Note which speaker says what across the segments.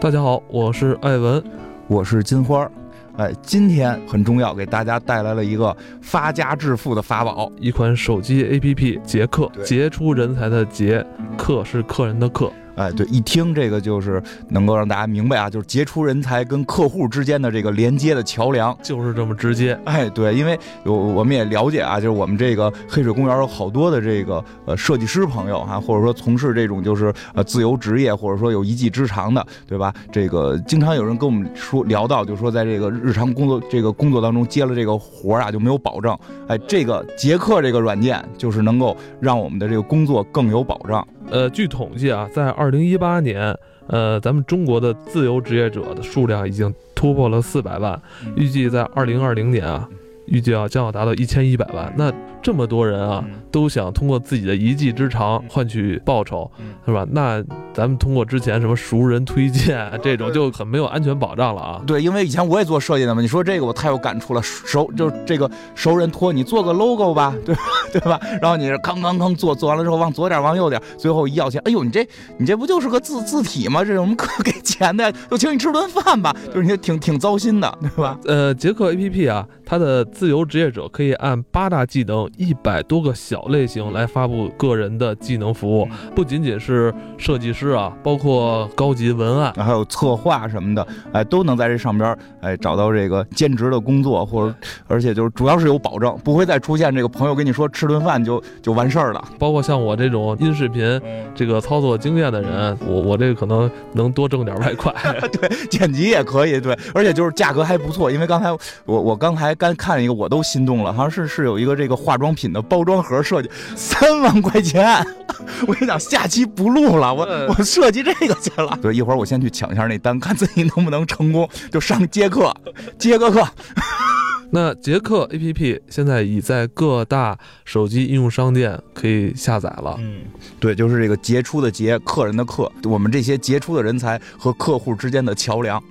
Speaker 1: 大家好，我是艾文。
Speaker 2: 我是金花儿。哎，今天很重要，给大家带来了一个发家致富的法宝。
Speaker 1: 一款手机 APP 杰克，
Speaker 2: 对
Speaker 1: 杰出人才的杰，客是客人的客。
Speaker 2: 哎，对，一听这个就是能够让大家明白啊，就是杰出人才跟客户之间的这个连接的桥梁。
Speaker 1: 就是这么直接。
Speaker 2: 哎，对，因为我我们也了解啊，就是我们这个黑水公园有好多的这个呃设计师朋友哈、或者说从事这种就是呃自由职业，或者说有一技之长的，对吧？这个经常有人跟我们说聊到，就说在这个日常工作这个工作当中接了这个活儿啊就没有保障。哎，这个杰克这个软件就是能够让我们的这个工作更有保障。
Speaker 1: 呃，据统计啊，在二零一八年，呃，咱们中国的自由职业者的数量已经突破了四百万，
Speaker 2: 嗯
Speaker 1: 预计在二零二零年啊，预计啊将要达到一千一百万。那这么多人
Speaker 2: 嗯
Speaker 1: 啊，都想通过自己的一技之长换取报酬
Speaker 2: 嗯，
Speaker 1: 是吧？那咱们通过之前什么熟人推荐
Speaker 2: 啊
Speaker 1: 这种，就很没有安全保障了啊。
Speaker 2: 对，因为以前我也做设计的嘛，你说这个我太有感触了，熟就是这个熟人托你做个 logo 吧， 对吧？对吧？然后你是吭吭吭做，做完了之后往左点往右点，最后一要钱，哎呦，你这你这不就是个字字体吗？这有什么可给钱的呀？就请你吃顿饭吧，就是你挺挺糟心的，对吧？
Speaker 1: 呃，杰克 APP 啊，它的自由职业者可以按八大技能、一百多个小类型来发布个人的技能服务，不仅仅是设计师啊，包括高级文案。
Speaker 2: 还有策划什么的，哎，都能在这上边儿哎找到这个兼职的工作，或者而且就是主要是有保证，不会再出现这个朋友跟你说吃顿饭就就完事儿了。
Speaker 1: 包括像我这种音视频这个操作经验的人，我我这个可能能多挣点外快。
Speaker 2: 剪辑也可以，对，而且就是价格还不错，因为刚才我我刚才刚看一个，我都心动了，好像是是有一个这个化妆品的包装盒设计，三万块钱， 我跟你讲，下期不录了，我
Speaker 1: 嗯
Speaker 2: 我设计这个去了，对，一会儿我先去抢一下那单，看自己能不能成功，就上接客，接个客，
Speaker 1: 那杰克 APP 现在已在各大手机应用商店可以下载了。
Speaker 2: 嗯，对，就是这个杰出的杰，客人的客，我们这些杰出的人才和客户之间的桥梁。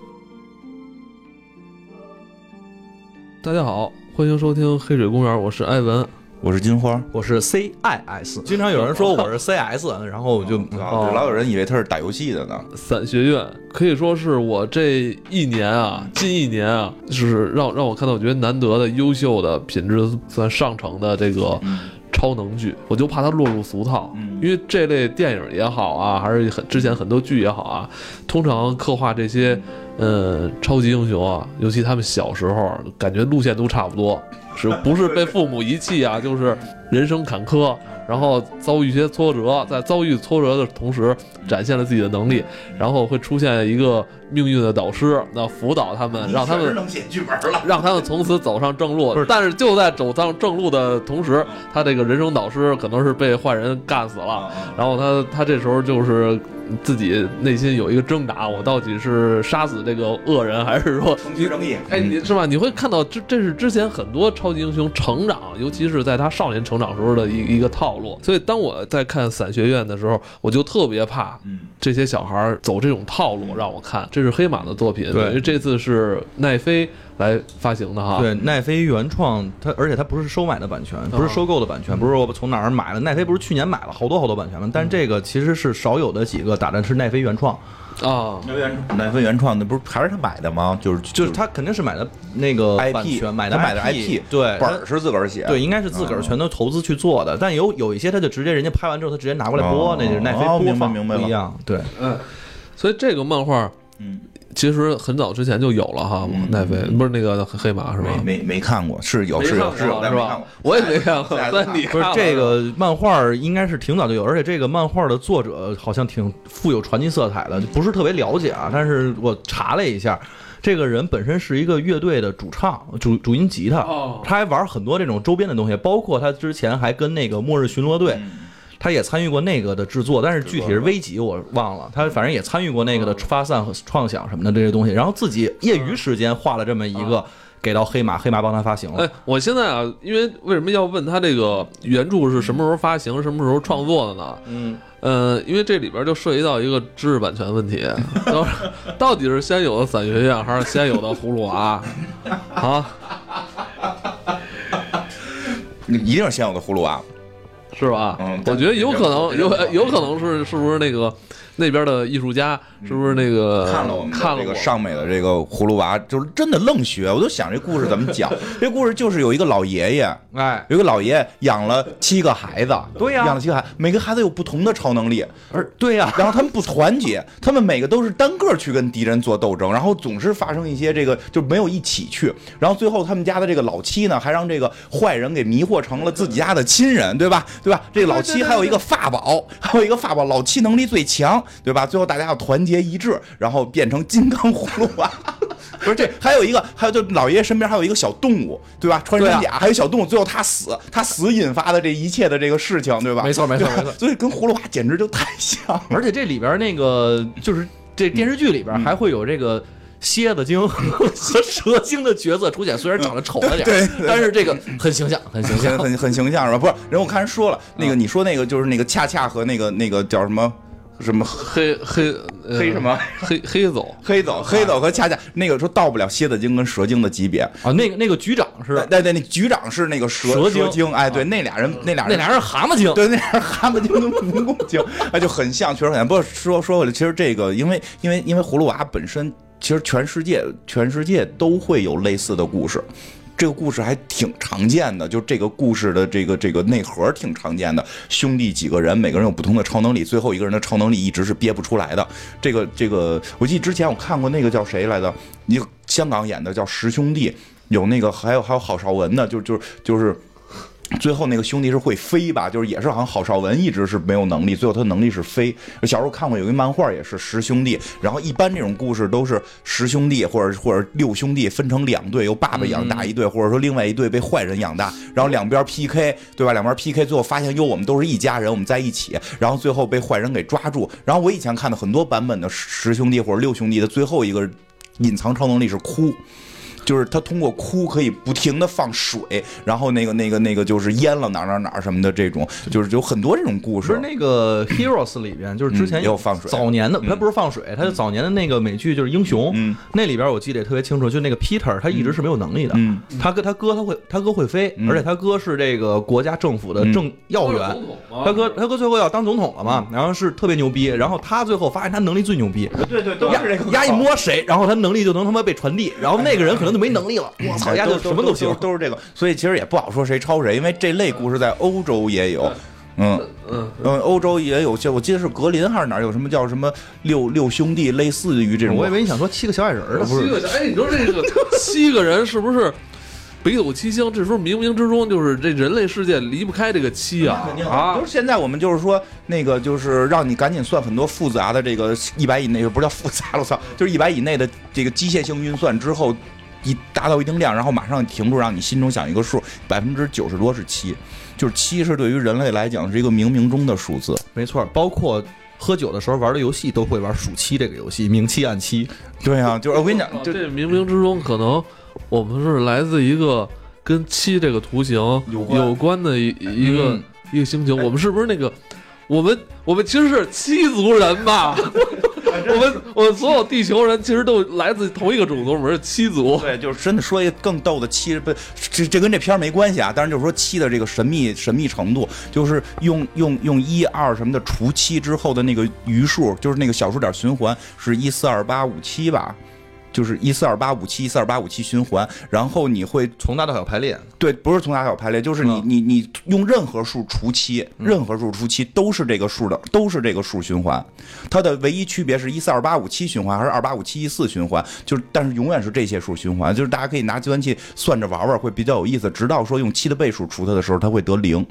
Speaker 1: 大家好，欢迎收听黑水公园，我是艾文。
Speaker 3: 我是金花，
Speaker 4: 我是 CIS，经常有人说我是 CS，然后我就嗯
Speaker 1: 哦
Speaker 3: 老有人以为他是打游戏的呢。
Speaker 1: 伞学院可以说是我这一年啊，近一年啊，就是让让我看到我觉得难得的优秀的品质算上乘的这个超能剧，我就怕它落入俗套，因为这类电影也好啊，还是很之前很多剧也好啊，通常刻画这些呃超级英雄啊，尤其他们小时候，感觉路线都差不多，是不是被父母遗弃啊，就是人生坎坷。然后遭遇一些挫折，在遭遇挫折的同时，展现了自己的能力，然后会出现一个命运的导师，那辅导他们，让他们
Speaker 3: 能写剧本了。
Speaker 1: 让他们从此走上正路。但是就在走上正路的同时，他这个人生导师可能是被坏人干死了，然后他他这时候就是自己内心有一个挣扎，我到底是杀死这个恶人，还是说你
Speaker 3: 正义，
Speaker 1: 哎，你是吧？你会看到这这是之前很多超级英雄成长，尤其是在他少年成长时候的一一个套路。所以当我在看《伞学院》的时候，我就特别怕这些小孩儿走这种套路，让我看。这是黑马的作品，
Speaker 4: 对
Speaker 1: 等于这次是奈飞来发行的哈。
Speaker 4: 对奈飞原创，它而且它不是收买的版
Speaker 3: 哦
Speaker 4: 权，不是收购的版
Speaker 3: 嗯
Speaker 4: 权，不是我从哪儿买的。奈飞不是去年买了好多好多版权吗？但这个其实是少有的几个打的是奈飞原创，
Speaker 1: 啊，
Speaker 3: 奶飞原创的不是还是他买的吗？就是
Speaker 4: 就
Speaker 3: 就是
Speaker 4: 他肯定是买的那个版
Speaker 3: IP
Speaker 4: 权，买的
Speaker 3: 他买的
Speaker 4: IP，
Speaker 3: IP，
Speaker 4: 对，
Speaker 3: 本
Speaker 4: 它
Speaker 3: 儿是嗯自个儿写，
Speaker 4: 对，应该是自个儿全都投资去做的。但有有一些他就直接人家拍完之后，他直接拿过来播，
Speaker 3: 哦
Speaker 4: 那就是奈飞
Speaker 3: 哦
Speaker 4: 播
Speaker 3: 明白
Speaker 4: 放
Speaker 3: 明白了
Speaker 4: 不一样。对，
Speaker 1: 所以这个漫画，
Speaker 3: 嗯，
Speaker 1: 其实很早之前就有了哈。奈飞不是那个黑马是吧？
Speaker 3: 没没没看过，是有
Speaker 1: 没
Speaker 3: 是
Speaker 1: 看
Speaker 3: 有
Speaker 1: 过
Speaker 3: 是
Speaker 2: 啊
Speaker 3: 有，但
Speaker 1: 是
Speaker 3: 没看
Speaker 1: 吧
Speaker 3: 过？
Speaker 1: 我也没看过，
Speaker 3: 在在
Speaker 1: 但你
Speaker 4: 不是
Speaker 1: 看了
Speaker 4: 这
Speaker 1: 吧
Speaker 4: 个漫画儿应该是挺早就有，而且这个漫画儿的作者好像挺富有传奇色彩的，不是特别了解啊，但是我查了一下。这个人本身是一个乐队的主唱，主主音吉他，
Speaker 1: 哦
Speaker 4: 他还玩很多这种周边的东西，包括他之前还跟那个末日巡逻队，
Speaker 2: 嗯
Speaker 4: 他也参与过那个的制作，但是具体是微几我忘
Speaker 2: 嗯
Speaker 4: 了，他反正也参与过那个的发散和创想什么的这些东西，
Speaker 2: 嗯
Speaker 4: 然后自己业余时间画了这么一个给到黑马，黑马帮他发行了。
Speaker 1: 哎，我现在啊，因为为什么要问他这个原著是什么时候发行、什么时候创作的呢？
Speaker 4: 嗯，
Speaker 1: 呃，因为这里边就涉及到一个知识版权问题，到到底是先有的伞学院还是先有的葫芦娃？啊，
Speaker 3: 你一定是先有的葫芦娃、
Speaker 1: 是吧？
Speaker 2: 嗯
Speaker 1: 我觉得有可能，
Speaker 2: 对
Speaker 1: 有
Speaker 2: 对
Speaker 1: 有可能是是不是那个那边的艺术家，是不是那个
Speaker 2: 嗯看了我们的
Speaker 1: 呃看了
Speaker 2: 这
Speaker 1: 我
Speaker 2: 个上美的这个葫芦娃，就是真的愣学，我就想这故事怎么讲。这故事就是有一个老爷爷，
Speaker 4: 哎，
Speaker 2: 有一个老爷养了七个孩子，
Speaker 4: 对呀
Speaker 2: 养了七个孩子，每个孩子有不同的超能力，
Speaker 4: 而对呀、
Speaker 2: 然后他们不团结，他们每个都是单个去跟敌人做斗争，然后总是发生一些这个就没有一起去，然后最后他们家的这个老七呢，还让这个坏人给迷惑成了自己家的亲人，对吧？对吧？这个老七还有一个法宝，还有一个法宝，老七能力最强，对吧？最后大家要团结一致，然后变成金刚葫芦娃。不是这， 还有一个，还有就老爷爷身边还有一个小动物，对啊吧？穿山甲，还有小动物，最后他死，他死引发的这一切的这个事情，对吧？
Speaker 4: 没错没错
Speaker 2: 对吧
Speaker 4: 没错
Speaker 2: 所以跟葫芦娃简直就太像了。
Speaker 4: 而且这里边那个就是这
Speaker 2: 嗯
Speaker 4: 电视剧里边还会有这个蝎子精和蛇精的角色出现，虽然长得丑了点
Speaker 2: 对
Speaker 4: 儿
Speaker 2: 嗯对，对
Speaker 4: 但是这个很形象，很形象
Speaker 2: 很。很很形象是吧？不是，人我看人说了，那
Speaker 4: 嗯
Speaker 2: 个你说那个就是那个恰恰和那个那个叫什么什么
Speaker 1: 黑黑呃
Speaker 2: 黑什么
Speaker 1: 黑黑走
Speaker 2: 黑走黑走和恰恰那个说到不了蝎子精跟蛇精的级别。
Speaker 4: 啊，那个那个局长是
Speaker 2: 对对对，那局长是那个蛇
Speaker 4: 蛇精啊
Speaker 2: 精，哎，对，那俩人那俩
Speaker 4: 那
Speaker 2: 人
Speaker 4: 俩人是蛤蟆精，
Speaker 2: 对，那是蛤蟆精跟蜈蚣精，哎，就很像，确实很像。不过说说回来，其实这个，因为因为因为葫芦娃本身，其实全世界全世界都会有类似的故事。这个故事还挺常见的，就这个故事的这个这个内核挺常见的。兄弟几个人，每个人有不同的超能力，最后一个人的超能力一直是憋不出来的。这个这个，我记得之前我看过那个叫谁来着，一个香港演的叫《十兄弟》，有那个还有还有郝邵文呢，就就就是最后那个兄弟是会飞吧，就是也是好像郝邵文一直是没有能力，最后他能力是飞。小时候看过有一漫画也是十兄弟，然后一般这种故事都是十兄弟或者或者六兄弟分成两队，由爸爸养大一队，或者说另外一队被坏人养大，然后两边 PK，对吧？两边 PK，最后发现哟，我们都是一家人，我们在一起，然后最后被坏人给抓住。然后我以前看的很多版本的十兄弟或者六兄弟的最后一个隐藏超能力是哭。就是他通过哭可以不停的放水，然后那个那个那个就是淹了哪儿哪儿哪儿什么的这种，就是有很多这种故
Speaker 4: 不是
Speaker 2: 事。
Speaker 4: 那个 Heroes 里边，就是之前
Speaker 2: 嗯也有放水
Speaker 4: 早年的他不是放水，他就早年的那个美剧就是英雄，
Speaker 2: 嗯
Speaker 4: 那里边我记得也特别清楚，就那个 Peter 他一直是没有能力的，
Speaker 2: 嗯
Speaker 4: 他跟他哥他会他哥会飞，而且他哥是这个国家政
Speaker 2: 嗯
Speaker 4: 府的政要员，
Speaker 1: 总统吗
Speaker 2: 哦
Speaker 4: 他哥他哥最后要当总统了嘛，然后是特别牛逼，然后他最后发现他能力最牛逼，
Speaker 2: 嗯对对，
Speaker 4: 压压一摸谁，然后他能力就能他妈被传递，然后那个人可能就没能力了，我操，压就什么
Speaker 2: 哎都
Speaker 4: 行，
Speaker 2: 都是这个，所以其实也不好说谁抄谁，因为这类故事在欧洲也有，嗯。
Speaker 1: 嗯
Speaker 2: 嗯，欧洲也有些，我记得是格林还是哪儿有什么叫什么六六兄弟，类似于这种。
Speaker 4: 我以为你想说七个小矮人儿呢，不
Speaker 1: 七
Speaker 4: 是
Speaker 1: 个小哎，你说这个 七个人是不是北斗七星？这时候冥冥之中就是这人类世界离不开这个七啊
Speaker 2: 肯定
Speaker 1: 啊
Speaker 2: 就是现在我们就是说那个就是让你赶紧算很多复杂的这个一百以内不是叫复杂了，我操， 就是一百以内的这个机械性运算之后。一达到一定量，然后马上停住，让你心中想一个数，百分之九十多是七，就是七是对于人类来讲是一个冥冥中的数字。
Speaker 4: 没错，包括喝酒的时候玩的游戏都会玩数七这个游戏，明七暗七。
Speaker 2: 对啊，就是我跟你讲，就
Speaker 1: 这冥冥之中可能我们是来自一个跟七这个图形
Speaker 2: 有关哎
Speaker 1: 有关的一一个、
Speaker 4: 嗯
Speaker 1: 一个星球。我们是不是那个？我们我们其实是七族人
Speaker 2: 啊
Speaker 1: 吧？我们我们所有地球人其实都来自同一个种族，我们是七族。
Speaker 2: 对，就是真的说一个更逗的七不，这这跟这片儿没关系啊。但是就是说七的这个神秘神秘程度，就是用用用一二什么的除七之后的那个余数，就是那个小数点循环是一四二八五七吧。就是一四二八五七一四二八五七循环，然后你会
Speaker 4: 从大到小排列，
Speaker 2: 对，不是从大小排列，就是你、
Speaker 4: 嗯
Speaker 2: 你你用任何数除七，任何数除七都是这个数的，都是这个数循环。它的唯一区别是一四二八五七循环还是二八五七一四循环，就是但是永远是这些数循环，就是大家可以拿计算器算着玩玩，会比较有意思。直到说用七的倍数除它的时候，它会得零。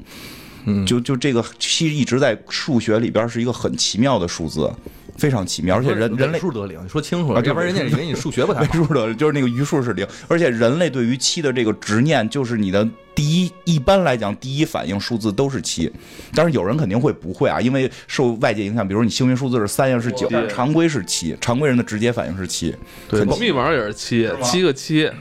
Speaker 4: 嗯
Speaker 2: 就就这个七一直在数学里边是一个很奇妙的数字，非常奇妙，而且人人类
Speaker 4: 数得零，你说清楚
Speaker 2: 啊
Speaker 4: 了，
Speaker 2: 对
Speaker 4: 要不然人家以为你数学 不太
Speaker 2: 倍
Speaker 4: 好。
Speaker 2: 数的，就是那个余数是零。而且人类对于七的这个执念，就是你的第一，一般来讲第一反应数字都是七。但是有人肯定会不会啊，因为受外界影响，比如你幸运数字是三呀是九，
Speaker 1: 对
Speaker 2: 常规是七，常规人的直接反应是七。
Speaker 4: 对
Speaker 2: 很
Speaker 1: 密码也是七，七个七，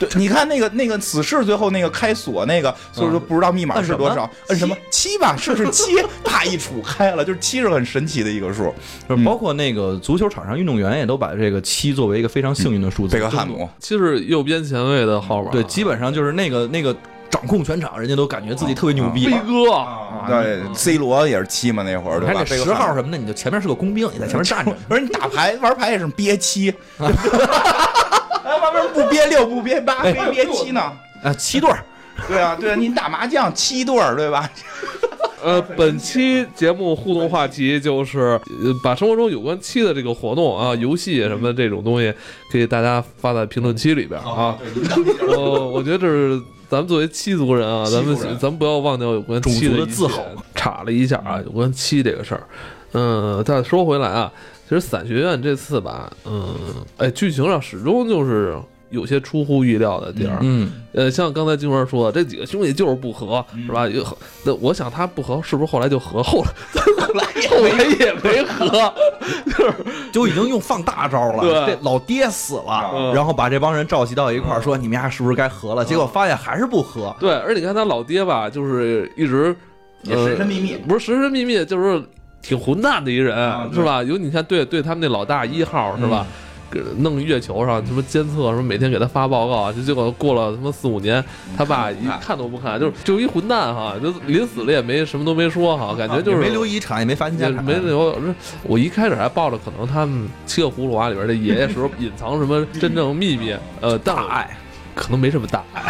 Speaker 2: 对，你看那个那个死侍最后那个开锁那个，所以说不知道密码是多少，嗯摁什么七吧，是不是七？啪一杵开了，就是七是很神奇的一个数。嗯
Speaker 4: 包括那个足球场上运动员也都把这个七作为一个非常幸运的数字。
Speaker 2: 贝克汉姆，
Speaker 1: 七是右边前卫的号码。啊
Speaker 4: 对，基本上就是那个那个掌控全场，人家都感觉自己特别牛逼
Speaker 2: 啊
Speaker 4: 啊
Speaker 1: 逼
Speaker 4: 了。
Speaker 1: 哥，
Speaker 2: 对，C 罗也是七嘛那会儿，
Speaker 4: 你
Speaker 2: 对
Speaker 4: 看
Speaker 2: 吧？
Speaker 4: 这
Speaker 2: 贝克
Speaker 4: 十
Speaker 2: 汉姆
Speaker 4: 号什么的，你就前面是个工兵，你在 前面站着。
Speaker 2: 不是你打牌玩牌也是憋七， 哎，为什么不憋六不憋八，非憋七呢？
Speaker 4: 啊，七对儿，
Speaker 2: 对啊，对啊，你打麻将七对儿，对吧？
Speaker 1: 呃，本期节目互动话题就是，呃，把生活中有关七的这个活动啊、游戏什么这种东西，给大家发在评论区里边啊。我我觉得这是咱们作为七族人啊，咱们咱们不要忘掉有关七
Speaker 4: 种族
Speaker 1: 的
Speaker 4: 的自豪
Speaker 1: 一切。呃查了一下啊，有关七这个事儿，嗯，再说回来啊，其实伞学院这次吧，嗯，哎，剧情上始终就是有些出乎意料的地儿。
Speaker 4: 嗯，
Speaker 1: 呃，像刚才金花说的，这几个兄弟就是不和，是吧？有那我想他不和，是不是后来就和？后 来后来也没和，
Speaker 4: 就已经用放大招了。
Speaker 1: 对
Speaker 4: 这老爹死了
Speaker 2: 啊
Speaker 1: 嗯，
Speaker 4: 然后把这帮人召集到一
Speaker 2: 嗯
Speaker 4: 块儿，说你们俩是不是该和了？结果发现还是不和。
Speaker 1: 对。而且你看他老爹吧，就是一直
Speaker 2: 也神神秘秘
Speaker 1: 呃，不是神神秘秘，就是挺混蛋的一人，
Speaker 2: 啊对
Speaker 1: 是吧？有你看，对对，他们那老大一号是吧？给弄月球上什么监测，什么每天给他发报告，啊就结果过了他妈四五年，他爸一看都不看，就是就是一混蛋哈，就临死了也没什么都没说哈，感觉就是
Speaker 4: 啊也没留遗产，也没发现
Speaker 1: 也
Speaker 4: 家产，
Speaker 1: 没留。我一开始还抱着可能他们七个葫芦娃里边的爷爷时 候隐藏什么真正秘密，呃，但
Speaker 4: 大爱。
Speaker 1: 可能没什么大 爱。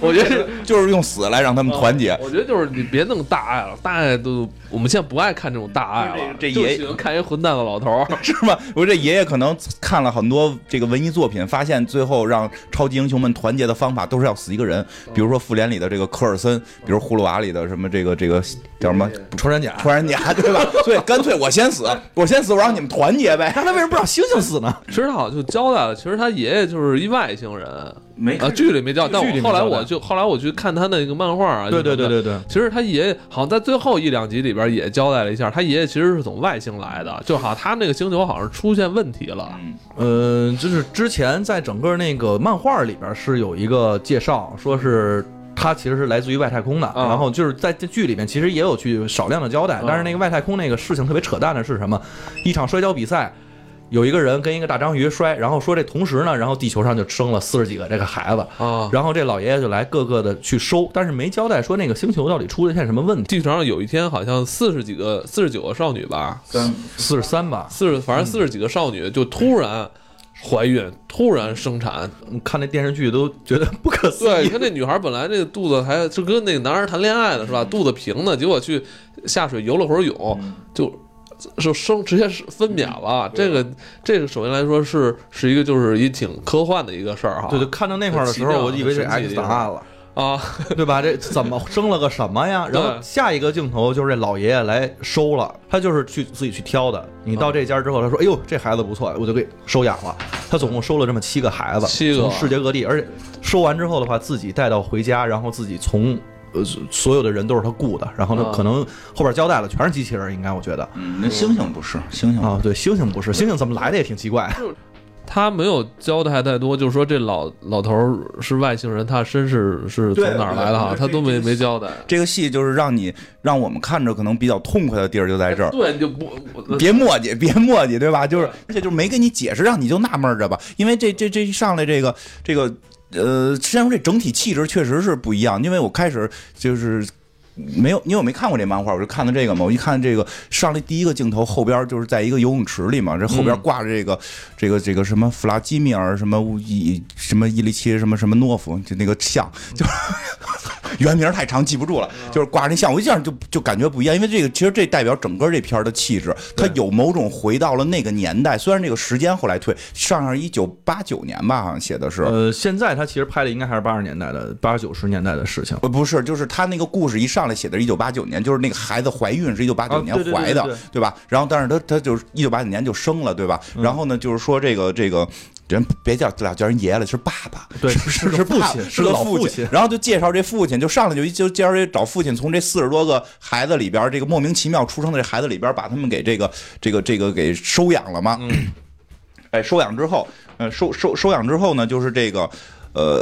Speaker 1: 我觉得，
Speaker 2: 就是用死来让他们 团结。
Speaker 1: 我觉得就是你别弄大爱了，大爱都我们现在不爱看这种大爱了，
Speaker 2: 这这
Speaker 1: 就
Speaker 2: 爷
Speaker 1: 喜欢看一混蛋的老头儿。
Speaker 2: 是吗？我这爷爷可能看了很多这个文艺作品，发现最后让超级英雄们团结的方法都是要死一个人，比如说复联里的这个科尔森，比如葫芦娃里的什么这个这个叫什么
Speaker 4: 穿山甲，
Speaker 2: 穿山甲，对吧？所以干脆我先死，我先死，我让你们团结呗。
Speaker 4: 那他为什么不让猩猩死呢？
Speaker 1: 其实他好像就交代了，其实他爷爷就是一外星人
Speaker 2: 没
Speaker 1: 啊，剧里没交代，
Speaker 4: 剧里
Speaker 1: 但我后
Speaker 4: 没
Speaker 1: 来
Speaker 4: 交代
Speaker 1: 我就后来我去看他那个漫画啊，
Speaker 4: 对对
Speaker 1: 就
Speaker 4: 对
Speaker 1: 是
Speaker 4: 对对，
Speaker 1: 其实他爷爷好像在最后一两集里边也交代了一下，他爷爷其实是从外星来的，就好像他那个星球好像出现问题了。
Speaker 2: 嗯
Speaker 4: 呃，就是之前在整个那个漫画里边是有一个介绍，说是他其实是来自于外太空的，
Speaker 1: 嗯
Speaker 4: 然后就是在这剧里面其实也有去少量的交代
Speaker 1: 嗯，
Speaker 4: 但是那个外太空那个事情特别扯淡的是什么？一场摔跤比赛。有一个人跟一个大章鱼摔，然后说这同时呢，然后地球上就生了四十几个这个孩子，
Speaker 1: 啊，
Speaker 4: 然后这老爷爷就来各个的去收，但是没交代说那个星球到底出了一些什么问题。
Speaker 1: 地球上有一天好像四十几个、四十九个少女吧，
Speaker 4: 四十三吧，
Speaker 1: 四十
Speaker 4: 嗯
Speaker 1: 反正四十几个少女就突然怀孕，突然生产。
Speaker 4: 嗯看那电视剧都觉得不可思
Speaker 1: 对，你
Speaker 4: 议。
Speaker 1: 看那女孩本来这个肚子还就跟那个男孩谈恋爱呢，是吧？肚子平的，结果去下水游了会儿泳，就就生直接是分娩了。这个这个首先来说是是一个就是一挺科幻的一个事儿哈。
Speaker 4: 对对，看到那块儿的时
Speaker 1: 很奇
Speaker 4: 候，
Speaker 1: 妙
Speaker 4: 我以为是
Speaker 1: 很神奇
Speaker 4: X
Speaker 1: 的
Speaker 4: 档案了。
Speaker 1: 啊，
Speaker 4: 对吧？这怎么生了个什么呀？然后
Speaker 1: 对
Speaker 4: 下一个镜头就是这老爷爷来收了，他就是去自己去挑的。你到这家之后，他说：“哎呦，这孩子不错，我就给收养了。”他总共收了这么七个孩子，
Speaker 1: 七个
Speaker 4: 从世界各地，而且收完之后的话，自己带到回家，然后自己从。呃，所有的人都是他雇的，然后呢
Speaker 1: 啊，
Speaker 4: 可能后边交代了，全是机器人，应该我觉得
Speaker 2: 嗯，那猩猩不是猩猩
Speaker 4: 啊，对，猩猩不是，猩猩怎么来的也挺奇怪，
Speaker 1: 他没有交代太多，就是说这老老头儿是外星人，他身世是从
Speaker 2: 对
Speaker 1: 哪儿来的哈，
Speaker 2: 对
Speaker 1: 他都没
Speaker 2: 这
Speaker 1: 没交代。
Speaker 2: 这个戏就是让你让我们看着可能比较痛快的地儿就在这儿，
Speaker 1: 对，你就不我
Speaker 2: 别磨叽，别磨叽，对吧？就是，而且就是没跟你解释，让你就纳闷着吧。因为这这这一上来这个这个，呃，虽然说这整体气质确实是不一样，因为我开始就是。没有，因为我没看过这漫画，我就看的这个嘛。我一看这个上来第一个镜头，后边就是在一个游泳池里嘛，这后边挂着这个、这个这个什么弗拉基米尔什么乌伊什么伊利奇什么什么诺夫，就那个像，就是原名太长记不住了，
Speaker 4: 嗯
Speaker 2: 就是挂着那像，我一下就就感觉不一样，因为这个其实这代表整个这片儿的气质，它有某种回到了那个年代，虽然这个时间后来退，上上一九八九年吧，好像写的是。
Speaker 4: 呃，现在他其实拍的应该还是八十年代的，八九十年代的事情。
Speaker 2: 呃，不是，就是他那个故事一上来写的是一九八九年，就是那个孩子怀孕是一九八九
Speaker 4: 啊
Speaker 2: 年
Speaker 4: 对对对
Speaker 2: 怀的，
Speaker 4: 对对
Speaker 2: 对吧？然后，但是他他就是一九八九年就生了，对吧？
Speaker 4: 嗯
Speaker 2: 然后呢，就是说这个这个人别叫老叫人爷了，是爸爸，
Speaker 4: 对
Speaker 2: 是
Speaker 4: 是个
Speaker 2: 是
Speaker 4: 父
Speaker 2: 爸
Speaker 4: 亲
Speaker 2: 是
Speaker 4: 是个
Speaker 2: 个
Speaker 4: 父
Speaker 2: 父
Speaker 4: 亲。
Speaker 2: 然后就介绍这父亲，就上来就就介绍这找父亲，从这四十多个孩子里边，这个莫名其妙出生的这孩子里边，把他们给这个这个这个给收养了嘛。
Speaker 4: 嗯
Speaker 2: 哎，收养之后，呃，收收收养之后呢，就是这个，呃，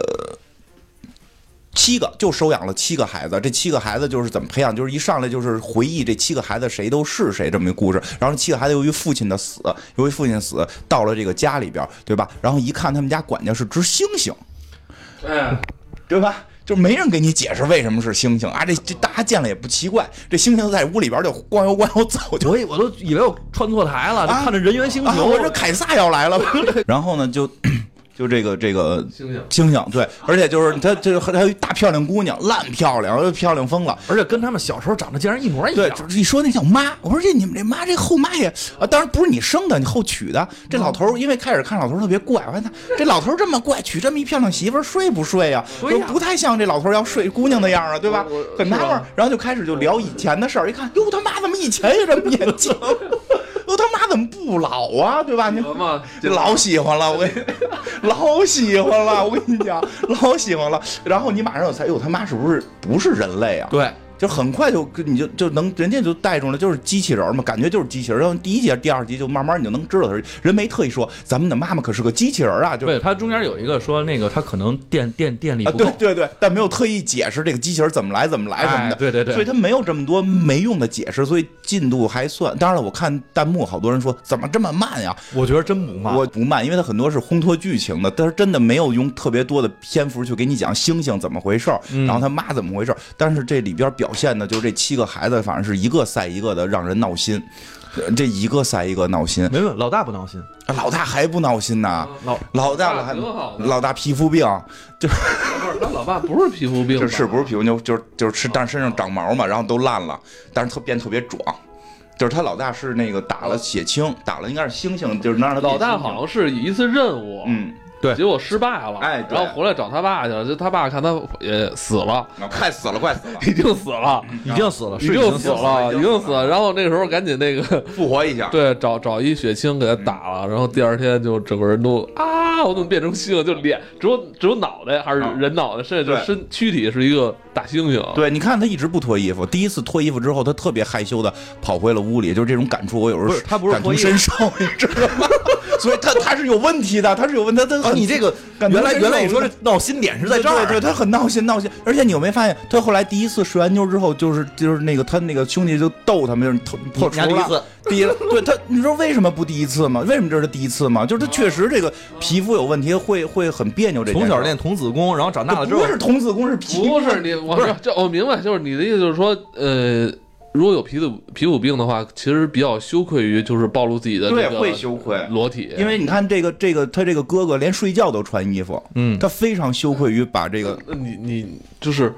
Speaker 2: 七个就收养了七个孩子。这七个孩子就是怎么培养，就是一上来就是回忆这七个孩子谁都是谁这么一个故事。然后这七个孩子由于父亲的死，由于父亲死到了这个家里边儿，对吧？然后一看他们家管家是只猩猩，
Speaker 1: 哎，
Speaker 2: 对吧？就没人给你解释为什么是猩猩啊。这这大家见了也不奇怪，这猩猩在屋里边就晃悠晃悠走就
Speaker 4: 我以我都以为我串错台了，就
Speaker 2: 啊
Speaker 4: 看着人猿星
Speaker 2: 啊，
Speaker 4: 球，
Speaker 2: 我说凯撒要来了， 然后呢 就就这个这个
Speaker 1: 猩猩
Speaker 2: 猩猩对，而且就是她这还有一大漂亮姑娘，烂漂亮，漂亮疯了。
Speaker 4: 而且跟他们小时候长得竟然一模一
Speaker 2: 对，
Speaker 4: 样。
Speaker 2: 就是一说那叫妈，我说这你们这妈这后妈也啊，当然不是你生的，你后娶的。这老头儿因为开始看老头儿特别怪，我看他这老头儿这么怪，娶这么一漂亮媳妇儿睡不睡呀、
Speaker 4: 对呀
Speaker 2: 都不太像这老头儿要睡姑娘的样儿啊，对吧
Speaker 1: 我我？
Speaker 2: 很纳闷儿。然后就开始就聊以前的事儿，一看哟他妈怎么以前也这么年轻， 哟他妈怎么不老啊，对吧？你
Speaker 1: 什 么
Speaker 2: 老喜欢了，我跟你，老喜欢了，我跟你讲，老喜欢了。然后你马上就猜，哟他妈是不是不是人类啊？
Speaker 4: 对，
Speaker 2: 就很快就你就就能人家就带中了，就是机器人嘛，感觉就是机器人。然后第一集、第二集就慢慢你就能知道他是人没特意说咱们的妈妈可是个机器人啊，就
Speaker 4: 对，他中间有一个说那个他可能电电电力
Speaker 2: 啊
Speaker 4: 不够
Speaker 2: 对，对对，但没有特意解释这个机器人怎么来怎么来什么
Speaker 4: 哎
Speaker 2: 的，
Speaker 4: 对对对
Speaker 2: 所以他没有这么多没用的解释，所以进度还算。当然了，我看弹幕好多人说怎么这么慢呀？
Speaker 4: 我觉得真不慢。
Speaker 2: 我不慢，因为它很多是烘托剧情的，但是真的没有用特别多的篇幅去给你讲猩猩怎么回事儿，然后他妈怎么回事儿。但是这里边表现的，就是这七个孩子，反正是一个赛一个的，让人闹心。呃这一个赛一个闹心，
Speaker 4: 没问老大不闹心，
Speaker 2: 啊老大还不闹心呢，
Speaker 4: 老
Speaker 2: 老大了还
Speaker 1: 挺好的
Speaker 2: 老大皮肤病，
Speaker 1: 不是他老爸不是皮肤病吧，
Speaker 2: 这是不是皮肤病？就是就是吃，但是身上长毛嘛，然后都烂了，但是特变特别壮。就是他老大是那个打了血清，打了应该是猩猩，就是能让他变
Speaker 1: 老大
Speaker 2: 猩猩
Speaker 1: 好像是一次任务，
Speaker 2: 嗯，
Speaker 4: 对
Speaker 1: 结果失败了，
Speaker 2: 哎对
Speaker 1: 然后回来找他爸去了，就他爸看他也死 了，
Speaker 2: 啊快死了，快死了，
Speaker 1: 已经死了，
Speaker 2: 嗯
Speaker 4: 已经死了，
Speaker 1: 已
Speaker 4: 是
Speaker 1: 经
Speaker 4: 死
Speaker 1: 死了，
Speaker 2: 已经死了
Speaker 1: 已经死了。然后那时候赶紧那个，
Speaker 2: 复活一下。
Speaker 1: 对，找找一血清给他打
Speaker 2: 嗯
Speaker 1: 了，然后第二天就整个人都啊，我怎么变成猩？就脸只有只有脑袋还是
Speaker 2: 啊
Speaker 1: 人脑袋，剩下就
Speaker 2: 对
Speaker 1: 身躯体是一个大猩猩。
Speaker 2: 对，你看他一直不脱衣服，第一次脱衣服之后，他特别害羞的跑回了屋里，就是这种感触，我有时候
Speaker 4: 不是他不是
Speaker 2: 感同
Speaker 4: 脱衣服
Speaker 2: 身受，你知道 吗？所以他他是有问题的，他是有问题，他
Speaker 4: 哦，
Speaker 2: 很
Speaker 4: 你这个
Speaker 2: 感同
Speaker 4: 原来
Speaker 2: 身
Speaker 4: 原来
Speaker 2: 受
Speaker 4: 你说这闹心点是在这儿，啊
Speaker 2: 对对，对他很闹心闹心。而且你有没有发现，他后来第一次试完妞之后，就是就是那个他那个兄弟就逗他们，就是偷破除
Speaker 4: 你家第一次
Speaker 2: 了第一，对他，你说为什么不第一次吗？为什么这是第一次吗？就是他确实这个皮肤有问题，会会很别扭。这
Speaker 4: 从小
Speaker 2: 练
Speaker 4: 练童子功，然后长大了之后
Speaker 2: 不，是童子功，是皮肤
Speaker 1: 不是你，我
Speaker 4: 不是
Speaker 1: 这我明白，就是你的意思就是说，呃，如果有皮肤皮肤病的话，其实比较羞愧于就是暴露自己的这
Speaker 2: 对
Speaker 1: 个
Speaker 2: 会羞愧
Speaker 1: 裸体，
Speaker 2: 因为你看这个这个他这个哥哥连睡觉都穿衣服，
Speaker 4: 嗯
Speaker 2: 他非常羞愧于把这个
Speaker 1: 那你你就是。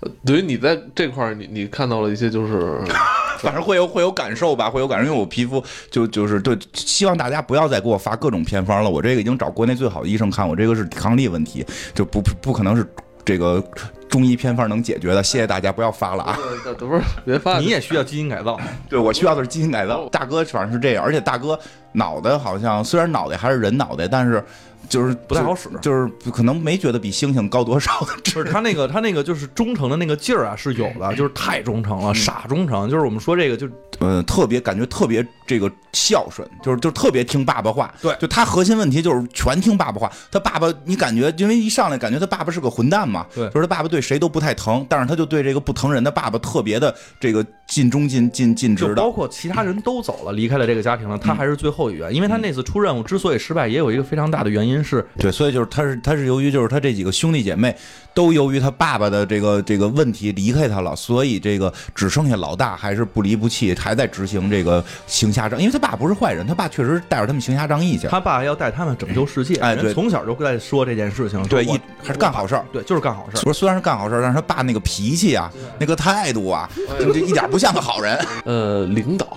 Speaker 1: 呃对于你在这块儿，你你看到了一些 就是，
Speaker 2: 反正会有会有感受吧，会有感受，因为我皮肤就就是对，希望大家不要再给我发各种偏方了，我这个已经找国内最好的医生看，我这个是抵抗力问题，就不不不可能是这个中医偏方能解决的，谢谢大家，不要发了啊。
Speaker 1: 呃不是别发
Speaker 4: 你也需要基因改造。
Speaker 2: 对我需要的是基因改造。大哥反正是这样，而且大哥脑袋好像虽然脑袋还是人脑袋，但是就是
Speaker 4: 不太好使
Speaker 2: 就是可能没觉得比猩猩高多少，
Speaker 4: 不是他那个他那个就是忠诚的那个劲儿啊是有的，就是太忠诚了，傻忠诚。就是我们说这个就
Speaker 2: 呃，特别感觉特别这个孝顺，就是就是特别听爸爸话。
Speaker 4: 对
Speaker 2: 就他核心问题就是全听爸爸话。他爸爸，你感觉因为一上来感觉他爸爸是个混蛋嘛，
Speaker 4: 对
Speaker 2: 就是他爸爸对谁都不太疼，但是他就对这个不疼人的爸爸特别的这个尽忠尽尽尽
Speaker 4: 就
Speaker 2: 职
Speaker 4: 包
Speaker 2: 的。
Speaker 4: 括其他人都走了，离开了这个家庭了，
Speaker 2: 嗯
Speaker 4: 他还是最后一员，因为他那次出任务之所以失败，也有一个非常大的原因是
Speaker 2: 对，所以就是他是他是由于就是他这几个兄弟姐妹都由于他爸爸的这个这个问题离开他了，所以这个只剩下老大还是不离不弃，还在执行这个行侠仗，因为他爸不是坏人，他爸确实带着他们行侠仗义去。
Speaker 4: 他爸要带他们拯救世界，
Speaker 2: 哎
Speaker 4: 人
Speaker 2: 对
Speaker 4: 从小就在说这件事情，
Speaker 2: 对，
Speaker 4: 说我
Speaker 2: 一还是干好事儿。
Speaker 4: 对就是干好事 儿。
Speaker 2: 不是，虽然是干好事儿，但是他爸那个脾气啊，那个态度啊，
Speaker 1: 哎
Speaker 2: 就一点不像个好人。
Speaker 1: 呃领导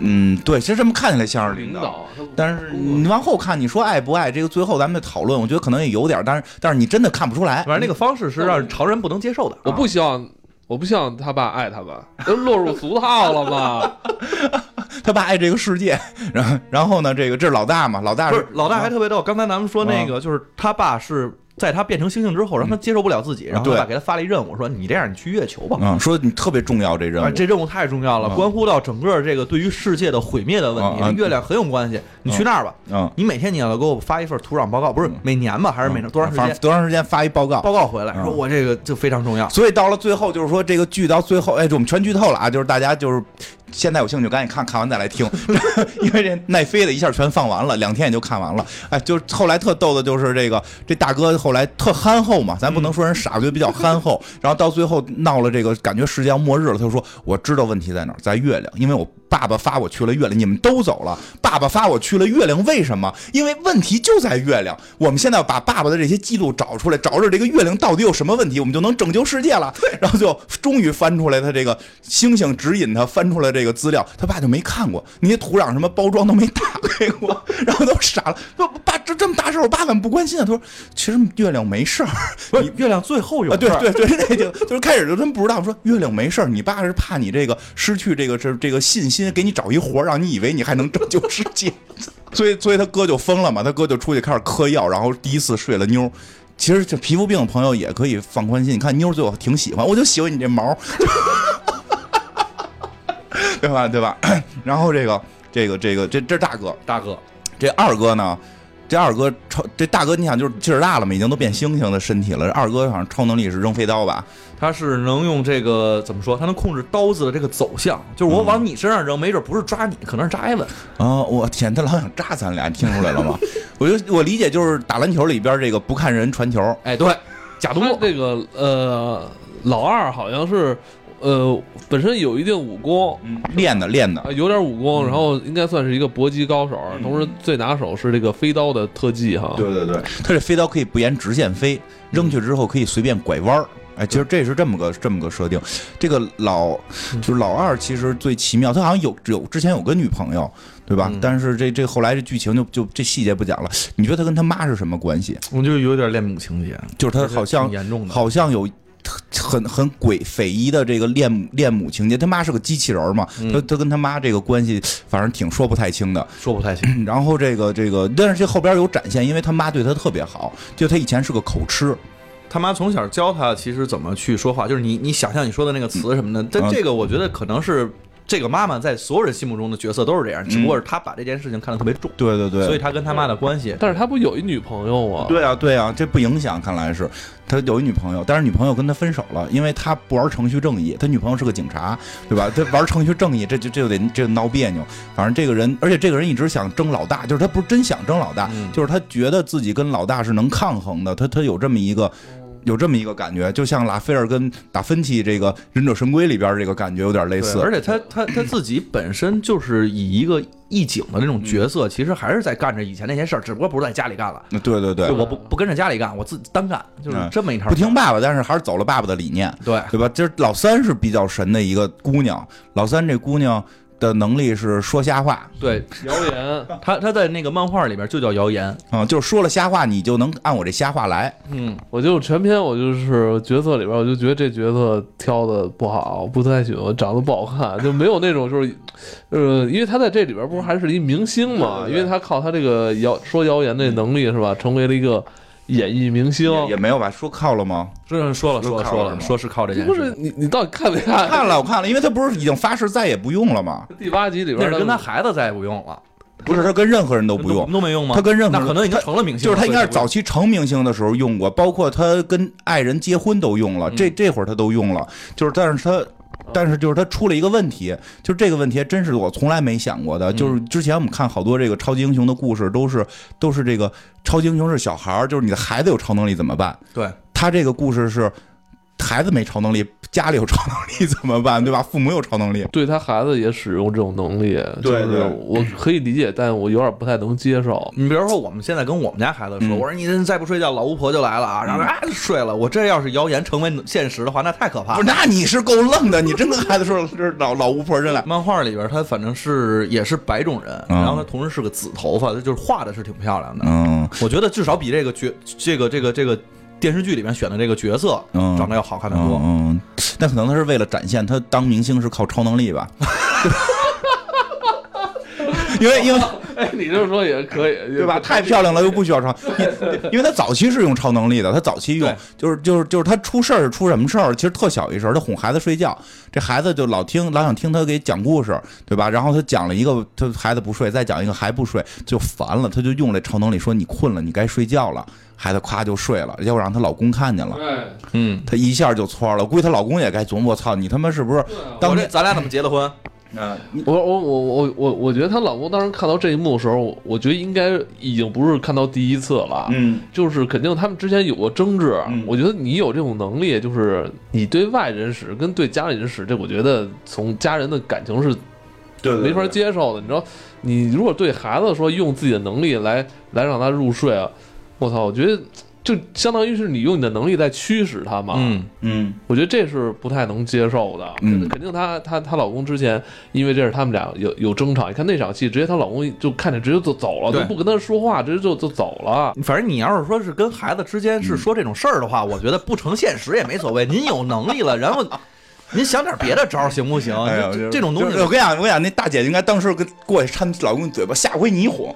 Speaker 2: 嗯，对，其实这么看起来像是领导，
Speaker 1: 导，他
Speaker 2: 但是你往后看，你说爱不爱这个，最后咱们讨论，我觉得可能也有点儿，但是但是你真的看不出来
Speaker 4: 反。正那个方式是让常人不能接受的。
Speaker 1: 我不希望我不希望他爸爱他们，都落入俗套了嘛。
Speaker 2: 他爸爱这个世界， 然后然后呢，这个这是老大嘛，老大
Speaker 4: 啊不是老大还特别逗，刚才咱们说那
Speaker 2: 啊嗯
Speaker 4: 个就是他爸是在他变成猩猩之后，让他接受不了自己，然后他
Speaker 2: 对
Speaker 4: 爸给他发了一任务，说你这样你去月球吧。
Speaker 2: 嗯，说你特别重要这任
Speaker 4: 啊，
Speaker 2: 务，
Speaker 4: 这任务太重要了，
Speaker 2: 啊
Speaker 4: 关乎到整个这个对于世界的毁灭的问题，
Speaker 2: 啊啊
Speaker 4: 跟月亮很有关系。你去那儿吧，
Speaker 2: 嗯，
Speaker 4: 你每天你要给我发一份土壤报告，不是每年吧，还是每年多长时
Speaker 2: 反
Speaker 4: 间
Speaker 2: 正多长时间发一报告？
Speaker 4: 报告回来，
Speaker 2: 啊
Speaker 4: 说我这个就非常重要。
Speaker 2: 所以到了最后，就是说这个剧到最后，哎，这我们全剧透了啊！就是大家就是现在有兴趣赶紧看看完再来听， 因为这奈飞的一下全放完了，两天也就看完了。哎，就是后来特逗的就是这个这大哥后来特憨厚嘛，咱不能说人傻，我觉得比较憨厚。然后到最后闹了这个感觉世界要末日了，他就说我知道问题在哪儿，在月亮，因为我爸爸发我去了月亮，你们都走了，爸爸发我去了月亮，为什么？因为问题就在月亮。我们现在把爸爸的这些记录找出来，找找这个月亮到底有什么问题，我们就能拯救世界了。然后就终于翻出来他这个星星指引他翻出来这个资料，他爸就没看过，那些土壤什么包装都没打开过，然后都傻了。说爸这这么大事儿，我爸怎么不关心啊？他说其实月亮没事儿，
Speaker 4: 不是月亮最后有
Speaker 2: 啊，对
Speaker 4: 事儿
Speaker 2: 对对，那就就是开始就真不知道，说月亮没事儿，你爸是怕你这个失去这个这这个信心，给你找一活儿，让你以为你还能拯救世界， 所以所以他哥就疯了嘛，他哥就出去开始嗑药，然后第一次睡了妞儿。其实这皮肤病的朋友也可以放宽心，你看妞儿对我挺喜欢，我就喜欢你这毛儿， 对吧？对吧？ 然后这个这个这个这这是大哥，
Speaker 4: 大哥，
Speaker 2: 这二哥呢，这二哥超这大哥，你想就是劲儿大了嘛，已经都变猩猩的身体了。这二哥好像超能力是扔飞刀吧？
Speaker 4: 他是能用这个怎么说？他能控制刀子的这个走向，就是我往你身上扔，没准不是抓你，可能是扎艾文。
Speaker 2: 啊、我天，他老想扎咱俩，听出来了吗？ 我就我理解就是打篮球里边这个不看人传球，
Speaker 4: 哎，对，假动
Speaker 1: 他
Speaker 4: 作。
Speaker 1: 这个呃，老二好像是呃本身有一定武功。
Speaker 2: 嗯练的练的
Speaker 1: 啊，，有点武功，然后应该算是一个搏击高手，同时最拿手是这个飞刀的特技哈。
Speaker 2: 对对，他哦这飞刀可以不沿直线飞，扔去之后可以随便拐弯儿。哎，其实这是这么个这么个设定。这个老就是老二，其实最奇妙，他好像有有之前有个女朋友，对吧？但是这这后来这剧情就就这细节不讲了。你觉得他跟他妈是什么关系？
Speaker 4: 我就有点恋母情节，
Speaker 2: 就是他
Speaker 4: 这
Speaker 2: 好像
Speaker 4: 挺严重的。
Speaker 2: 好像有很很诡匪夷的这个恋母恋母情节。他妈是个机器人嘛，他他跟他妈这个关系反正挺说不太清的。
Speaker 4: 说不太清，
Speaker 2: 然后这个这个，但是这后边有展现，因为他妈对他特别好，就他以前是个口吃，
Speaker 4: 他妈从小教他其实怎么去说话，就是你你想象你说的那个词什么的，但
Speaker 2: 啊
Speaker 4: 这个我觉得可能是这个妈妈在所有人心目中的角色都是这样，只不过是她把这件事情看得特别重，
Speaker 2: 对对对
Speaker 4: 所以她跟他妈的关系，
Speaker 1: 但是他不有一女朋友吗？
Speaker 2: 对啊，对啊，这不影响，看来是他有一女朋友，但是女朋友跟他分手了，因为他不玩程序正义，他女朋友是个警察，对吧？他玩程序正义，这就这就得这就闹别扭。反正这个人，而且这个人一直想争老大，就是他不是真想争老大，
Speaker 4: 嗯
Speaker 2: 就是他觉得自己跟老大是能抗衡的，他他有这么一个。有这么一个感觉，就像拉斐尔跟达芬奇这个《忍者神龟》里边这个感觉有点类似
Speaker 4: 对，而且她她她自己本身就是以一个义警的那种角色，其实还是在干着以前那些事儿，只不过不是在家里干了，
Speaker 2: 对对对
Speaker 4: 就，我不不跟着家里干，我自己单干，就是
Speaker 2: 嗯
Speaker 4: 这么一条。
Speaker 2: 不听爸爸，但是还是走了爸爸的理念。
Speaker 4: 对，
Speaker 2: 对吧？就是老三是比较神的一个姑娘，老三这姑娘的能力是说瞎话
Speaker 4: 对
Speaker 1: 谣言，
Speaker 4: 他他在那个漫画里边就叫谣言，
Speaker 2: 啊、就是说了瞎话，你就能按我这瞎话来。
Speaker 4: 嗯，
Speaker 1: 我就全篇我就是角色里边，我就觉得这角色挑的不好，不太喜欢，长得不好看，就没有那种就是，呃，因为他在这里边不是还是一明星嘛，因为他靠他这个谣说谣言这能力是吧，成为了一个演艺明星。
Speaker 2: 也没有吧？说靠了吗？
Speaker 4: 这说了说了
Speaker 2: 靠
Speaker 4: 说
Speaker 2: 着
Speaker 4: 了，
Speaker 2: 呢
Speaker 4: 说是靠这件
Speaker 1: 不
Speaker 4: 事
Speaker 1: 是
Speaker 4: 情，
Speaker 1: 你你到底看没 看？
Speaker 2: 看了，我看了，因为他不是已经发誓再也不用了吗？
Speaker 1: 第八集里
Speaker 4: 那
Speaker 1: 边
Speaker 4: 是跟
Speaker 1: 他
Speaker 4: 他孩子再也不用了，
Speaker 2: 不是，他跟任何人都不用，
Speaker 4: 都没用吗？
Speaker 2: 他跟任何
Speaker 4: 那
Speaker 2: 人
Speaker 4: 可能已经成了明星
Speaker 2: 就
Speaker 4: 了，
Speaker 2: 是他应该是
Speaker 4: 所以
Speaker 2: 早期成明星的时候用过，包括他跟爱人结婚都用了，这这会儿他都用了，就是但是他。但是就是他出了一个问题，就是这个问题还真是我从来没想过的。就是之前我们看好多这个超级英雄的故事，都是都是这个超级英雄是小孩儿，就是你的孩子有超能力怎么办？
Speaker 4: 不用对。
Speaker 2: 他这个故事是孩子没超能力，家里有超能力怎么办？对吧？父母有超能力，
Speaker 1: 对他孩子也使用这种能力，
Speaker 2: 对
Speaker 1: 就是
Speaker 2: 对
Speaker 1: 我可以理解，但我有点不太能接受。
Speaker 4: 你比如说，我们现在跟我们家孩子说，
Speaker 2: 嗯
Speaker 4: 我说你再不睡觉，老巫婆就来了啊！然后啊睡了，我这要是谣言成为现实的话，那太可怕
Speaker 2: 不
Speaker 4: 了
Speaker 2: 是？。那你是够愣的，你真跟孩子说这是老老巫婆真来。
Speaker 4: 漫画里边，他反正是也是白种人，
Speaker 2: 嗯
Speaker 4: 然后他同时是个紫头发，他就是画的是挺漂亮的。
Speaker 2: 嗯，
Speaker 4: 我觉得至少比这个角这个这个这个电视剧里面选的这个角色
Speaker 2: 嗯
Speaker 4: 长得要好看的多。
Speaker 2: 嗯，那可能他是为了展现他当明星是靠超能力吧。 因为因 为
Speaker 1: 哎，你这么说也可以，
Speaker 2: 对吧？太漂亮了又不需要超，因因为他早期是用超能力的，他早期用
Speaker 4: 对
Speaker 2: 就是就是就是他出事儿是出什么事儿，其实特小一事儿，他哄孩子睡觉，这孩子就老听老想听他给讲故事，对吧？然后他讲了一个，他孩子不睡，再讲一个还不睡，就烦了，他就用这超能力说你困了，你该睡觉了，孩子咵就睡了，要不让她老公看见了。
Speaker 1: 对。
Speaker 4: 嗯，
Speaker 2: 她一下就窜了，估计她老公也该琢磨，我操，你他妈是不是
Speaker 1: 啊
Speaker 2: 当
Speaker 4: 嗯我
Speaker 2: 年
Speaker 4: 这咱俩怎么结的婚？
Speaker 2: 啊，你
Speaker 1: 我我我我我我觉得她老公当时看到这一幕的时候，我我觉得应该已经不是看到第一次了，
Speaker 2: 嗯，
Speaker 1: 就是肯定他们之前有过争执。
Speaker 2: 嗯
Speaker 1: 我觉得你有这种能力，就是你对外人使跟对家里人使，这我觉得从家人的感情是
Speaker 2: 对对
Speaker 1: 没法
Speaker 2: 对
Speaker 1: 接受的。你知道，你如果对孩子说用自己的能力来来让他入睡啊，我操，我觉得就相当于是你用你的能力在驱使他嘛。
Speaker 4: 嗯，
Speaker 2: 嗯
Speaker 1: 我觉得这是不太能接受的。
Speaker 2: 嗯
Speaker 1: 肯定她她她老公之前因为这是他们俩有有争吵，你看那场戏，直接她老公就看见直接就走了，
Speaker 4: 对
Speaker 1: 都不跟她说话，直接就就走了。
Speaker 4: 反正你要是说是跟孩子之间是说这种事儿的
Speaker 2: 嗯
Speaker 4: 话，我觉得不成现实也没所谓。您有能力了，然后 您想点别的招儿行不行？
Speaker 2: 哎呀，
Speaker 4: 这
Speaker 2: 就是
Speaker 4: 这种东
Speaker 2: 就
Speaker 4: 西
Speaker 2: 是，我跟你讲，我跟你讲，那大姐应该当时跟过去扇老公嘴巴，下回你哄，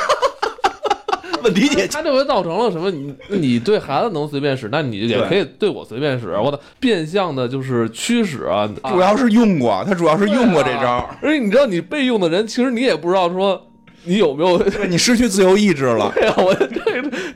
Speaker 4: 问题
Speaker 2: 哎
Speaker 4: 解决。
Speaker 1: 她这回造成了什么？你你对孩子能随便使，那你也
Speaker 2: 对
Speaker 1: 可以对我随便使。我的变相的就是驱使啊，
Speaker 2: 主要是用过，她主要是用过这招儿，
Speaker 1: 而且你知道，你备用的人其实你也不知道说你有没有。哎
Speaker 2: 对你失去自由意志了。
Speaker 1: 哎呀，我这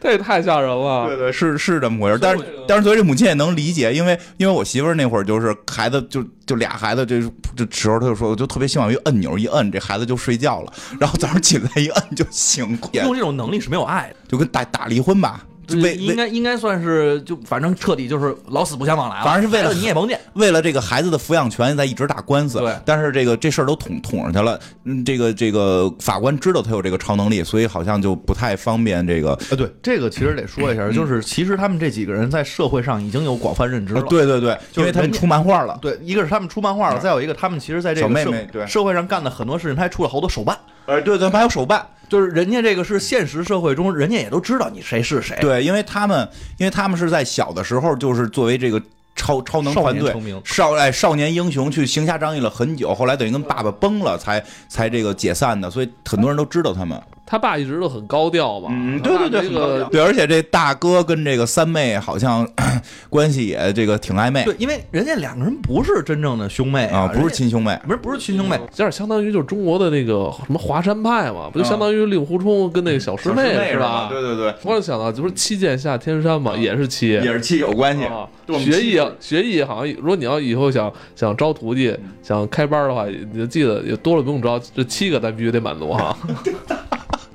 Speaker 1: 这也太吓人了。
Speaker 2: 对对，是是这么回事，但是
Speaker 1: 这个
Speaker 2: 但是所以这母亲也能理解，因为因为我媳妇儿那会儿就是孩子就就俩孩子这这时候，她就说我就特别希望一按钮一摁，这孩子就睡觉了，然后早上起来一摁就醒了，
Speaker 4: 用这种能力是没有爱的，
Speaker 2: 就跟打打离婚吧，就为
Speaker 4: 应
Speaker 2: 为
Speaker 4: 该应该算是就反正彻底就是老死不相往来了。
Speaker 2: 反正是为了
Speaker 4: 孩子你也甭见，
Speaker 2: 为了这个孩子的抚养权在一直打官司，
Speaker 4: 对
Speaker 2: 但是这个这事儿都捅捅上去了，嗯，这个这个法官知道他有这个超能力，所以好像就不太方便这个，
Speaker 4: 呃，对，这个其实得说一下，就是其实他们这几个人在社会上已经有广泛认知
Speaker 2: 啊
Speaker 4: 了。
Speaker 2: 对对对，
Speaker 4: 就是
Speaker 2: 因为他们出漫画了，
Speaker 4: 对，一个是他们出漫画了，再有一个他们其实在这个
Speaker 2: 小妹
Speaker 4: 社
Speaker 2: 妹对
Speaker 4: 社会上干的很多事情，他还出了好多手办。
Speaker 2: 呃，对对，他们还有手办，
Speaker 4: 就是人家这个是现实社会中，人家也都知道你谁是谁。
Speaker 2: 对，因为他们因为他们是在小的时候就是作为这个。超超能
Speaker 4: 少
Speaker 2: 团
Speaker 4: 年
Speaker 2: 队
Speaker 4: 成名
Speaker 2: 少哎少年英雄去行侠仗义了很久，后来等于跟爸爸崩了才才这个解散的，所以很多人都知道他们。
Speaker 1: 他爸一直都很高调嘛。
Speaker 2: 嗯对对对
Speaker 1: 他爸这
Speaker 2: 很
Speaker 1: 个
Speaker 2: 对，而且这大哥跟这个三妹好像 关系也这个挺暧昧
Speaker 4: 对，因为人家两个人不是真正的兄妹
Speaker 2: 啊，不
Speaker 4: 人
Speaker 2: 是
Speaker 4: 家
Speaker 2: 亲兄妹。
Speaker 4: 不是不是亲兄妹，
Speaker 1: 有点相当于就是中国的那个什么华山派嘛，不就相当于令狐冲跟那
Speaker 2: 嗯
Speaker 1: 个小师妹是吧？
Speaker 2: 对对，
Speaker 1: 突然想到，就是七剑下天山嘛，也是七，
Speaker 2: 也是亲有关系
Speaker 1: 啊。
Speaker 2: 就我们
Speaker 1: 学
Speaker 2: 七
Speaker 1: 艺学艺好像，如果你要以后想想招徒弟、
Speaker 2: 嗯
Speaker 1: 想开班的话，你就记得也多了不用招，这七个咱必须得满足 哈。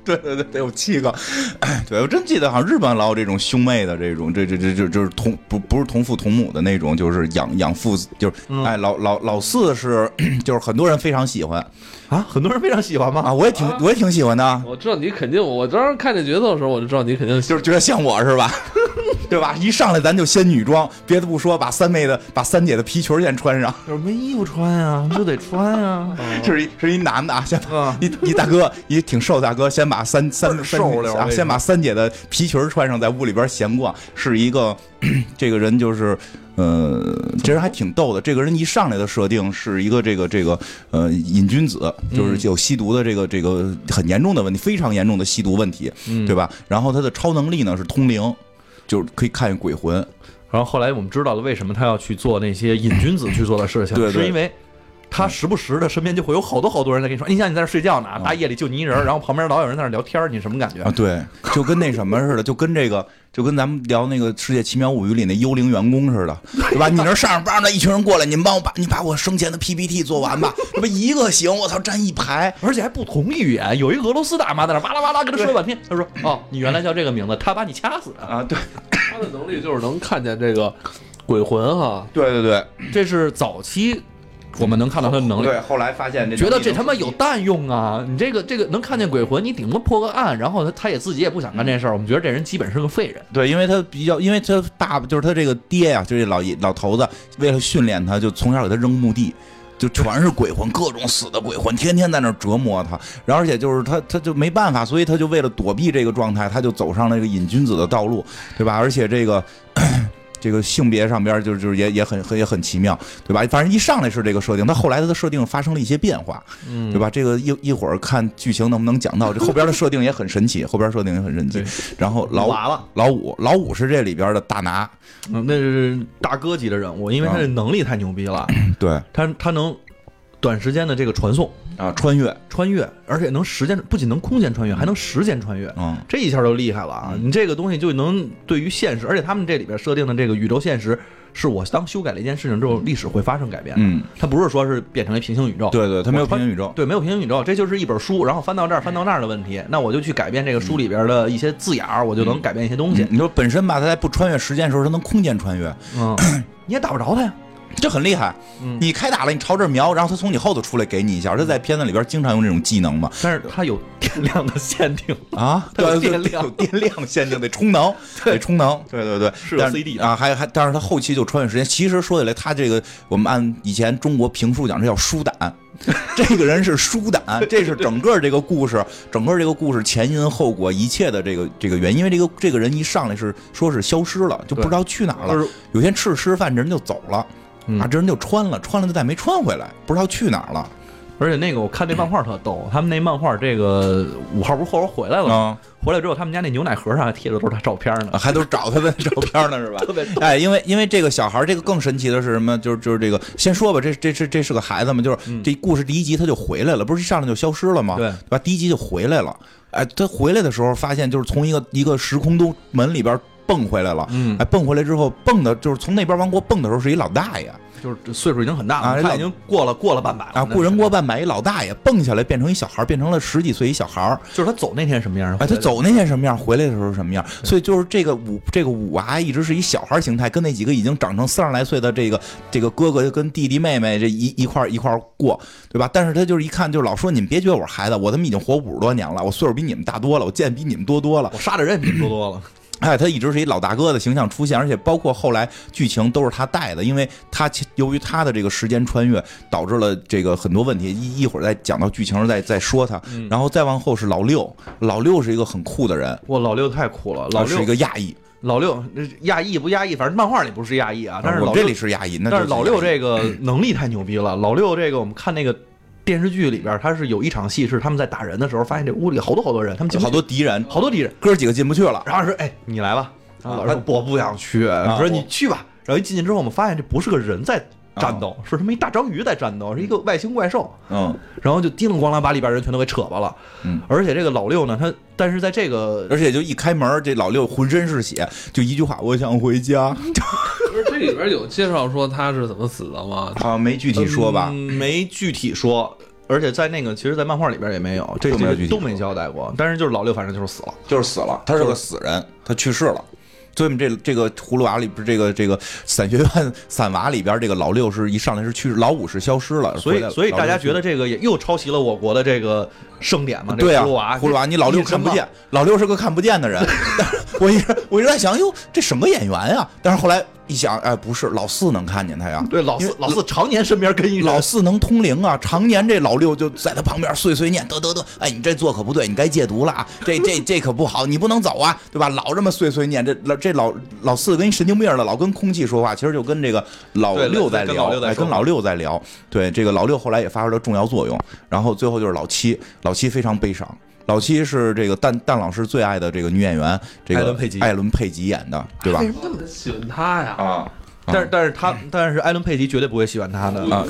Speaker 2: 对对对，得有七个。 哎对我真记得，好像日本老有这种兄妹的这种，这这这这就是同不不是同父同母的那种，就是养养父，就是
Speaker 4: 嗯
Speaker 2: 哎老老老四是 就是很多人非常喜欢
Speaker 4: 啊，很多人非常喜欢吗？
Speaker 2: 嗯啊，我也挺我也挺喜欢的，啊
Speaker 1: 我知道你肯定，我当时看这角色的时候，我就知道你肯定
Speaker 2: 就是觉得像我 是吧？对吧？一上来咱就先女装，别的不说，把三妹的把三姐的皮裙儿先穿上。
Speaker 4: 就是没衣服穿呀，就得穿 啊呀。
Speaker 2: 是一是一男的啊，先
Speaker 4: 啊
Speaker 2: 一一大哥，一挺瘦大哥，先把三三
Speaker 4: 倍儿
Speaker 2: 三
Speaker 4: 瘦溜儿
Speaker 2: 啊，
Speaker 4: 那
Speaker 2: 先
Speaker 4: 种
Speaker 2: 把三姐的皮裙儿穿上，在屋里边闲逛，是一个 这个人就是。呃，这人还挺逗的。这个人一上来的设定是一个这个这个呃瘾君子，
Speaker 4: 嗯
Speaker 2: 就是有吸毒的这个这个很严重的问题，非常严重的吸毒问题，
Speaker 4: 嗯
Speaker 2: 对吧？然后他的超能力呢是通灵，就是可以看见鬼魂。
Speaker 4: 然后后来我们知道了为什么他要去做那些瘾君子去做的事情，
Speaker 2: 对对
Speaker 4: 是因为。他时不时的身边就会有好多好多人在跟你说，你想你在这睡觉呢，大夜里就你一人儿，然后旁边老有人在那聊天儿，你什么感觉
Speaker 2: 啊，？对，就跟那什么似的，就跟这个，就跟咱们聊那个《世界奇妙物语》里那幽灵员工似的，对吧？你那上着班呢，一群人过来，你们帮我把你把我生前的 PPT 做完吧，他妈一个行，我操，站一排。
Speaker 4: 而且还不同语言，有一个俄罗斯大妈在那哇啦哇啦跟他说了半天，他说：“哦，你原来叫这个名字，他把你掐死的。
Speaker 2: 啊，对，
Speaker 1: 他的能力就是能看见这个鬼魂哈。
Speaker 2: 对对对”
Speaker 4: 这是早期我们能看到他的能力。
Speaker 2: 对，后来发现这
Speaker 4: 觉得这
Speaker 2: 能力
Speaker 4: 他妈有蛋用啊！你这个这个能看见鬼魂，你顶多破个案，然后他他也自己也不想干这事儿。我们觉得这人基本是个废人。
Speaker 2: 对，因为他比较，因为他爸爸就是他这个爹呀、就是这老爷老头子，为了训练他，就从小给他扔墓地，就全是鬼魂，各种死的鬼魂，天天在那儿折磨他。然后而且就是他，他就没办法，所以他就为了躲避这个状态，他就走上了这个瘾君子的道路，对吧？而且这个。这个性别上边就是就是也也很很也很奇妙，对吧？反正一上来是这个设定，他后来他的设定发生了一些变化，
Speaker 4: 嗯
Speaker 2: 对吧？这个一一会儿看剧情能不能讲到，这后边的设定也很神奇，后边设定也很神奇
Speaker 4: 对。
Speaker 2: 然后老
Speaker 4: 娃娃，
Speaker 2: 老五，老五是这里边的大拿，啊
Speaker 4: 嗯那是大哥级的人物，因为他的能力太牛逼了，
Speaker 2: 对
Speaker 4: 他他能。短时间的这个传送、
Speaker 2: 啊，穿越，
Speaker 4: 穿越，而且能时间不仅能空间穿越，还能时间穿越。
Speaker 2: 嗯，
Speaker 4: 这一下就厉害了啊！你这个东西就能对于现实，而且他们这里边设定的这个宇宙现实，是我当修改了一件事情之后，历史会发生改变。
Speaker 2: 嗯，
Speaker 4: 它不是说是变成了平行宇宙。
Speaker 2: 对对，它没有
Speaker 4: 我穿
Speaker 2: 平行宇宙，
Speaker 4: 对，没有平行宇宙，这就是一本书，然后翻到这儿，翻到那儿的问题。那我就去改变这个书里边的一些字眼儿，我就能改变一些东西
Speaker 2: 嗯。你说本身吧，它在不穿越时间的时候，它能空间穿越，
Speaker 4: 嗯，你也打不着他呀。
Speaker 2: 这很厉害。
Speaker 4: 嗯
Speaker 2: 你开打了，你朝这儿瞄，然后它从你后头出来给你一下。这在片子里边经常用这种技能嘛。
Speaker 4: 但是它有电量的限定，
Speaker 2: 啊，
Speaker 4: 它 有
Speaker 2: 对
Speaker 4: 电
Speaker 2: 对
Speaker 4: 量
Speaker 2: 有电量限定，得充能，得充能， 对对对，
Speaker 4: 是有
Speaker 2: 但
Speaker 4: CD 的
Speaker 2: 啊，还还，但是它后期就穿越时间。其实说起来，它这个我们按以前中国评书讲，这叫书 胆。这个人是书胆， 这是整个这个故事，整个这个故事前因后果一切的这个这个原因，因为这个这个人一上来是说是消失了，就不知道去哪儿
Speaker 4: 就
Speaker 2: 了
Speaker 4: 是。
Speaker 2: 有天吃着吃着饭，这人就走了，
Speaker 4: 嗯
Speaker 2: 啊，这人就穿了，穿了就再没穿回来，不知道去哪儿了。
Speaker 4: 而且那个我看那漫画特逗，他们那漫画这个五号不是后边回来了吗？
Speaker 2: 嗯啊，
Speaker 4: 回来之后，他们家那牛奶盒上还贴着都是他照片呢。
Speaker 2: 还都找他的照片呢，是吧？
Speaker 4: 特别逗
Speaker 2: 哎，因为因为这个小孩儿，这个更神奇的是什么？就是就是这个，先说吧，这这这这是个孩子嘛，就是这故事第一集他就回来了，不是一上来就消失了吗？
Speaker 4: 嗯对
Speaker 2: 吧？第一集就回来了。哎，他回来的时候发现就是从一个一个时空都门里边蹦回来了。
Speaker 4: 嗯
Speaker 2: 哎，，蹦回来之后，蹦的就是从那边王国蹦的时候是一老大
Speaker 4: 啊
Speaker 2: 爷
Speaker 4: 就是岁数已经很大
Speaker 2: 啊
Speaker 4: 了，
Speaker 2: 这
Speaker 4: 他
Speaker 2: 老
Speaker 4: 已经过了过了半百了
Speaker 2: 啊，过人过半百一老大爷，蹦下来变成一小孩儿，变成了十几岁一小孩儿。
Speaker 4: 就是他走那天什么样？
Speaker 2: 哎，他
Speaker 4: 回来
Speaker 2: 走那天什么样，回来的时候是什么样，所以就是这个五这个五娃一直是以小孩形态，跟那几个已经长成三十来岁的这个这个哥哥跟弟弟妹妹这一一块儿一块儿过，对吧？但是他就是一看就是老说你们别觉得我是孩子，我他妈已经活五十多年了，我岁数比你们大多了，我见比你们多多了
Speaker 4: 我。杀的人也比 多多了。
Speaker 2: 哎，他一直是一老大哥的形象出现，而且包括后来剧情都是他带的，因为他其由于他的这个时间穿越，导致了这个很多问题。一一会儿再讲到剧情时再再说他，然后再往后是老六，老六是一个很酷的人。
Speaker 4: 哇，老六太酷了，老
Speaker 2: 啊是一
Speaker 4: 六
Speaker 2: 个亚裔，
Speaker 4: 老六那亚裔不亚裔，反正漫画里不是亚裔啊，但是
Speaker 2: 我们
Speaker 4: 老
Speaker 2: 这
Speaker 4: 六
Speaker 2: 里是亚裔，那
Speaker 4: 但是老六
Speaker 2: 亚裔
Speaker 4: 这 个能力太牛逼了。老六这个，我们看那个电视剧里边，他是有一场戏是他们在打人的时候，发现这屋里好多好多人，他们进
Speaker 2: 就啊
Speaker 4: 不
Speaker 2: 好多敌人，
Speaker 4: 好多敌人，
Speaker 2: 哥几个进不去了。
Speaker 4: 然后说：“哎，你来吧。”然后老师
Speaker 2: 啊
Speaker 4: 说：“我不想去。”我说：“你去吧。”然后一进去之后，我们发现这不是个人在战
Speaker 2: 啊
Speaker 4: 斗，是他妈一大章鱼在战斗，是一个外星怪兽。
Speaker 2: 嗯，
Speaker 4: 然后就叮铃咣啷把里边人全都给扯巴了。
Speaker 2: 嗯，
Speaker 4: 而且这个老六呢，他但是在这个
Speaker 2: 而且就一开门，这老六浑身是血，就一句话：“我想回家。
Speaker 1: 不是这里边有介绍说他是怎么死的吗”？
Speaker 2: 啊，没具体说吧
Speaker 4: 嗯，没具体说。而且在那个，其实，在漫画里边也没有，这
Speaker 2: 都没有具
Speaker 4: 些
Speaker 2: 体
Speaker 4: 都没交代过。但是就是老六，反正就是死了。
Speaker 2: 就是死了，他是个死人，他去世了。所以我们这这个葫芦娃里不是这个这个伞学院伞娃里边这个老六是一上来是去世，老五是消失了，
Speaker 4: 所
Speaker 2: 回来
Speaker 4: 以，
Speaker 2: 了
Speaker 4: 所以
Speaker 2: 老六
Speaker 4: 大家
Speaker 2: 去
Speaker 4: 觉得这个也又抄袭了我国的这个盛典嘛？这
Speaker 2: 对
Speaker 4: 个
Speaker 2: 啊，
Speaker 4: 葫芦娃，
Speaker 2: 葫芦娃，你老六看不见，老六是个看不见的人。但是我一直我一直在想，哟，这什么演员呀？但是后来一想，哎，不是，老四能看见他呀。
Speaker 4: 对，老
Speaker 2: 因
Speaker 4: 四
Speaker 2: 为
Speaker 4: 老四常年身边跟一人
Speaker 2: 老四能通灵啊，常年这老六就在他旁边碎碎念，得得得，哎，你这做可不对，你该戒毒了啊，这这这可不好，你不能走啊，对吧？老这么碎碎念，这老这老老四跟一神经病似的，老跟空气说话，其实就跟这个老
Speaker 4: 对
Speaker 2: 六在
Speaker 4: 跟
Speaker 2: 聊，
Speaker 4: 老六在
Speaker 2: 哎
Speaker 4: 说
Speaker 2: 跟老六在聊。对，这个老六后来也发挥了重要作用，然后最后就是老七，老七非常悲伤。老七是这个蛋蛋老师最爱的这个女演员，这个
Speaker 4: 艾伦佩吉
Speaker 2: 艾伦佩吉演的，对吧
Speaker 1: 为？什么那么喜欢他呀？
Speaker 2: 啊，嗯
Speaker 4: 但是但是他但是艾伦佩吉绝对不会喜欢他的
Speaker 2: 啊，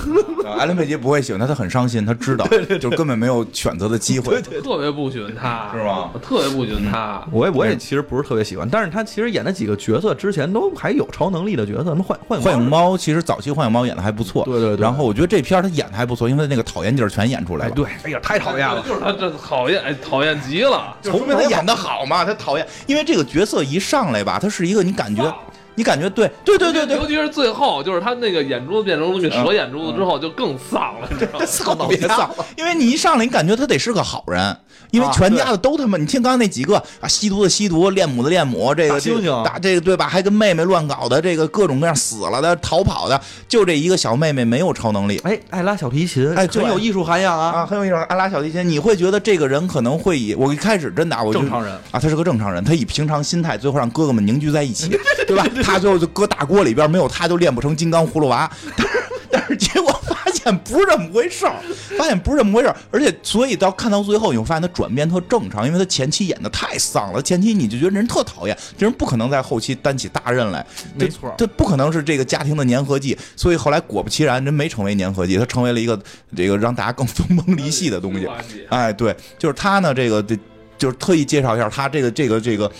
Speaker 2: 啊艾伦佩吉不会喜欢他，他很伤心，他知道，就根本没有选择的机会。
Speaker 1: 特别不喜欢他，
Speaker 2: 是吗
Speaker 1: 我特别不喜欢他。
Speaker 4: 我也我也其实不是特别喜欢，但是他其实演的几个角色之前都还有超能力的角色，什么幻幻
Speaker 2: 幻影猫其实早期幻影猫演的还不错，
Speaker 4: 对对对
Speaker 2: 然后我觉得这片儿他演的还不错，因为那个讨厌劲儿全演出来
Speaker 4: 哎
Speaker 2: 了。
Speaker 4: 对，哎呀太讨厌了，
Speaker 1: 就是他这讨厌，哎，讨厌极了。
Speaker 2: 从他演的好嘛，他讨厌，因为这个角色一上来吧，他是一个你感觉，你感觉对对对对对
Speaker 1: 尤，其是最后，就是他那个眼珠子变成那个蛇眼珠子之后，就更丧 了，你知道吗？
Speaker 2: 特别丧，啊因为你一上来你感觉他得是个好人，因为全家的都他妈，你听刚才那几个啊，吸毒的吸毒，恋母的恋母，这
Speaker 4: 大
Speaker 2: 个
Speaker 4: 猩
Speaker 2: 这个
Speaker 4: 猩
Speaker 2: 打这个对吧？还跟妹妹乱搞的，这个各种各样死了的、逃跑的，就这一个小妹妹没有超能力。
Speaker 4: 哎爱拉小提琴，
Speaker 2: 哎对
Speaker 4: 很有艺术涵养啊，
Speaker 2: 啊，很有一种阿拉小提琴，你会觉得这个人可能会以我一开始真的啊，我就
Speaker 4: 正常人
Speaker 2: 啊，他是个正常人，他以平常心态，最后让哥哥们凝聚在一 起，对吧？他最后就搁大锅里边，没有他就练不成金刚葫芦娃。但是但是结果发现现不是这么回事儿，发现不是这么回事儿，而且所以到看到最后，你会发现他转变特正常，因为他前期演的太丧了，前期你就觉得人特讨厌，这人不可能在后期担起大任来，这
Speaker 4: 没错
Speaker 2: 这不可能是这个家庭的粘合剂，所以后来果不其然，真没成为粘合剂，他成为了一个这个让大家更 分崩离析的东西。哎，对，就是她呢，这个这就是特意介绍一下她这个这个这个。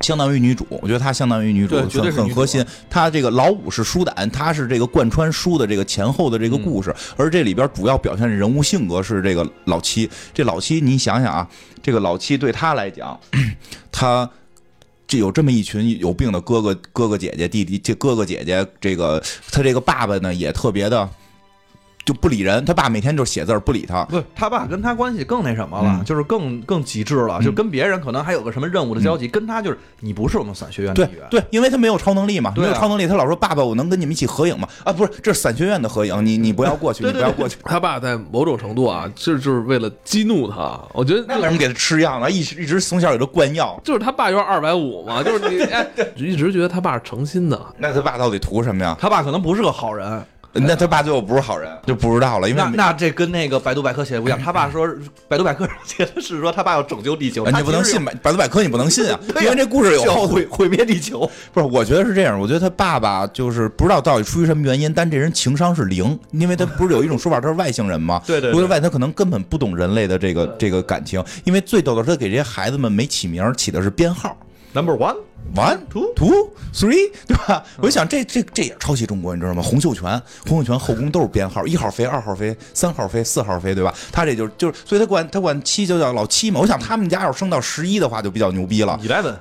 Speaker 2: 相当于女主，我觉得她相当于女主，
Speaker 4: 对绝对
Speaker 2: 很
Speaker 4: 是
Speaker 2: 很
Speaker 4: 女主啊
Speaker 2: 核心。她这个老五是舒胆，她是这个贯穿书的这个前后的这个故事，
Speaker 4: 嗯
Speaker 2: 而这里边主要表现人物性格是这个老七。这老七，你想想啊，这个老七对她来讲， 她这有这么一群有病的哥哥、哥哥姐姐、弟弟，这哥哥姐姐，这个他这个爸爸呢也特别的就不理人，他爸每天就写字儿不理他，
Speaker 4: 不是他爸跟他关系更那什么了，
Speaker 2: 嗯
Speaker 4: 就是更更极致了，就跟别人可能还有个什么任务的交集，跟他就是你不是我们伞学院的
Speaker 2: 嗯对
Speaker 4: 一员，
Speaker 2: 对，因为他没有超能力嘛，
Speaker 4: 对啊
Speaker 2: 没有超能力，他老说爸爸，我能跟你们一起合影吗？啊，不是，这是伞学院的合影，你你不要过 去，你不要过去。
Speaker 1: 他爸在某种程度啊，这就是为了激怒他。我觉得
Speaker 2: 那为什么给他吃药呢？一直一直从小给他灌药，
Speaker 1: 就是他爸有点二百五嘛，就是 你哎，一直觉得他爸是诚心的。
Speaker 2: 那他爸到底图什么呀？
Speaker 4: 他爸可能不是个好人，
Speaker 2: 那他爸最后不是好人，就不知道了，因为
Speaker 4: 那
Speaker 2: 没
Speaker 4: 那这跟那个百度百科写的不一样，他爸说百度百科上写的是说他爸要拯救地球，
Speaker 2: 啊
Speaker 4: 他
Speaker 2: 你不能
Speaker 4: 其实
Speaker 2: 信百百度百科，你不能信啊，
Speaker 4: 对呀
Speaker 2: 因为这故事
Speaker 4: 有
Speaker 2: 有
Speaker 4: 是要
Speaker 2: 后
Speaker 4: 毁毁灭地球，
Speaker 2: 不是，我觉得是这样。我觉得他爸爸就是不知道到底出于什么原因，但这人情商是零，因为他不是有一种说法，他是外星人吗？
Speaker 4: 对对对
Speaker 2: 不是外，他可能根本不懂人类的这个这个感情。因为最逗的是，他给这些孩子们没起名儿，起的是编号
Speaker 4: Number one，
Speaker 2: ，one
Speaker 4: Two
Speaker 2: two three，对吧？我就想这这这也抄袭中国，你知道吗？洪秀全，洪秀全后宫都是编号，一号妃、二号妃、三号妃、四号妃，对吧？他这就是就是，所以他管他管七就叫老七嘛。我想他们家要是升到十一的话，就比较牛逼了，
Speaker 4: eleven，